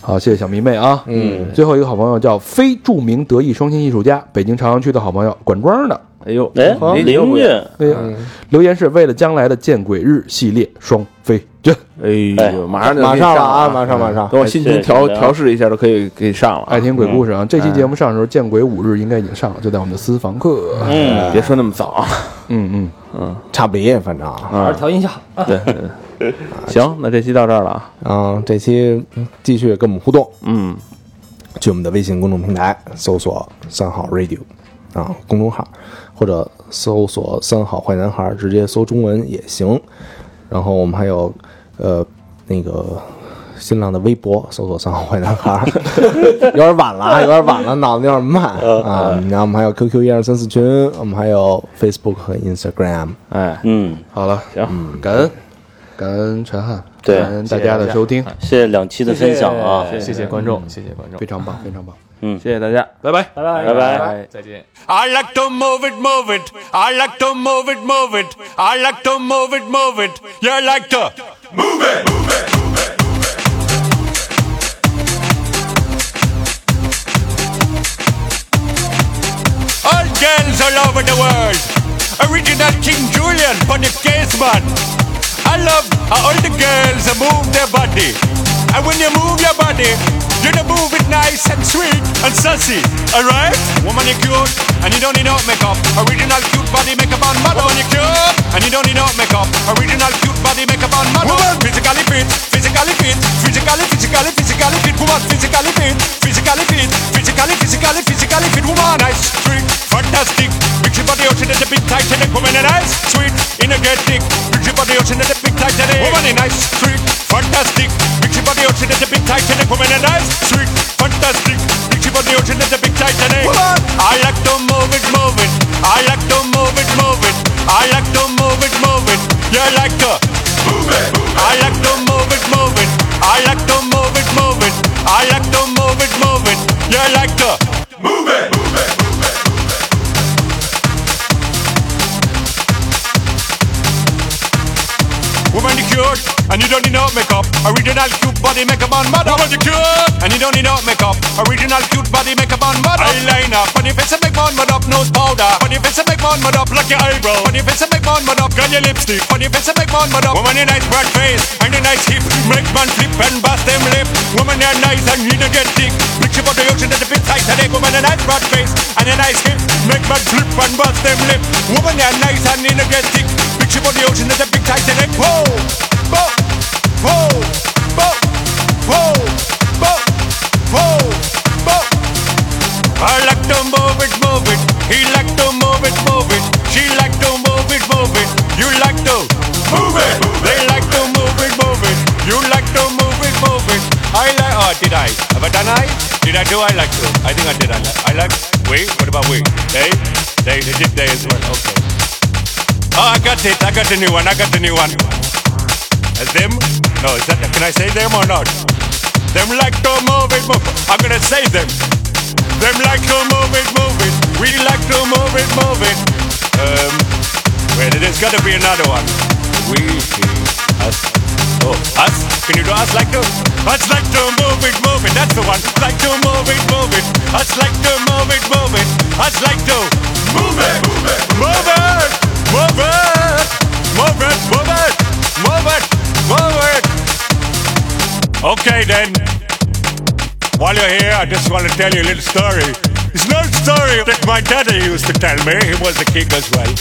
S2: 好，谢谢小迷妹啊。
S5: 嗯，
S2: 最后一个好朋友叫非著名德艺双馨艺术家，北京朝阳区的好朋友管庄的。
S8: 哎呦，
S7: 哎，
S8: 离
S7: 邻居，
S2: 哎呀，
S7: 嗯
S2: 留言是为了将来的见鬼日系列双飞卷。
S8: 近，哎呦，马上就可
S5: 马
S8: 以
S5: 上了啊，
S3: 嗯
S8: 啊！
S5: 马上马上。
S8: 等我心情调调试一下，就可以可以上了。
S2: 爱听鬼故事啊！这期节目上的时候，见鬼五日应该已经上了，就在我们的私房课。
S7: 嗯，
S8: 别说那么早啊！
S2: 嗯嗯，
S5: 差不离，反正
S4: 还是调音效啊！
S8: 行，那这期到这儿了啊。
S5: 嗯，这期继续跟我们互动，
S8: 嗯，
S5: 去我们的微信公众平台搜索“三好 radio” 啊，公众号，或者搜索“三好坏男孩”，直接搜中文也行。然后我们还有呃那个新浪的微博，搜索“三好坏男孩”， 有点晚了啊，有点晚了，脑子有点慢啊。然后我们还有 QQ 一二三四群，我们还有 Facebook 和 Instagram。
S8: 哎，
S7: 嗯，
S2: 好了，行，感恩，感恩陈汉，
S7: 对
S2: 感恩大家的收听，
S7: 谢谢两期的分享啊，
S6: 谢谢观众，谢谢观众
S2: 非，常棒，非常棒，
S8: 谢谢大家，
S2: 拜拜。
S4: 拜拜
S7: 拜拜。
S6: 哎，再见。
S3: I like to move it, move it. I like to move it, move it. I like to move it, move it. You like to move it. All girls all over the world. Original King Julian, Bonnie Caseman. I love how all the girls move their body. And when you move your body, you to move it nice and sweet and sassy. Alright? Woman, you cute, and you don't need no makeup. Original cute body makeup on model. Woman, you cute, and you don't need no makeup. Original cute body makeup on model. Woman, physically fit, physically fit, physically, physically, physically fit. Woman, physically fit, physically fit, physically, physically, physically fit. Woman, nice, trick, fantastic. Big ship body oh, ocean is a big titanic. Woman, a nice, sweet, energetic. Big ship body oh, ocean is a big titanic. Woman, a nice, trick, fantastic. Big ship body oh, ocean is a big titanic. Woman, a nice, sweet, fantastic. Big ship body oh, ocean is a big titanic. Woman, I like to move it, move it. I like to move it, move it. I like to move it, move it. Yeah, I like to. Move it, I like to move it, move it. I like to move it, move it. I like to move it, move it. Yeah, I like to. Move it. Woman, you cute, and
S9: and you don't need no makeup. Original cute body make a man mad. Woman you cute, and you don't need no makeup. Original cute body make a man mad. Eyeliner, funny face and make man mad up. Nose powder, funny face and make man mad up. Like your eyebrow, funny face and make man mad up. Got your lipstick, funny face and make man mad up. Woman a nice broad face and a nice hip, make man flip and bust them lip. Woman they are nice and you don't get thick. Bitch about the ocean that the fit tight today. Woman a nice broad face and a nice hip, make man flip and bust them lip. Woman they are nice and you don't get thick. Bitch about the ocean that the fit tight today. Whoa. Bo, bo, bo, bo, bo, bo, bo. I like to move it, move it. He like to move it, move it. She like to move it, move it. You like to move it. They like to move it, move it. You like to move it, move it. I like. Oh, did I? Have I done I? Did I do I like to? I think I did. I like. I like. We. What about we? They. They. They did they as well. Okay. Oh, I got it. I got the new one. I got the new one. As them? No, is that, can I say them or not? Them like to move it, move it. I'm gonna say them. Them like to move it, move it. We like to move it, move it. Um, wait, there's gotta be another one. We, he, us. Oh, us? Can you do us like to? Us like to move it, move it. That's the one. Like to move it, move it. Us like to move it, move it. Us like to move it, move it, move it, move it, move it, move it, move it. Forward. Okay, then. While you're here, I just want to tell you a little story. It's an old story that my daddy used to tell me. He was a king as well.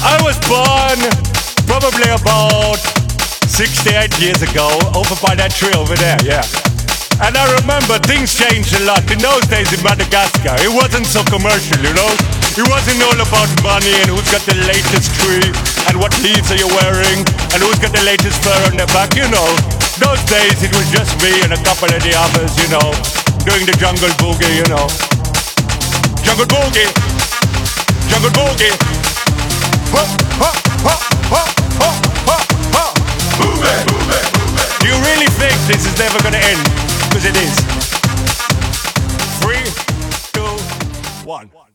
S9: I was born probably about 68 years ago, over by that tree over there, yeah. And I remember things changed a lot. In those days in Madagascar, it wasn't so commercial, you know? It wasn't all about money and who's got the latest tree and what leaves are you wearing and who's got the latest fur on their back, you know? Those days it was just me and a couple of the others, you know, doing the jungle boogie, you know. Jungle boogie! Jungle boogie! Ho, ho, ho, ho, ho, ho, ho! Move it, move it, move it. You really think this is never gonna end? Because it is. Three, two, one.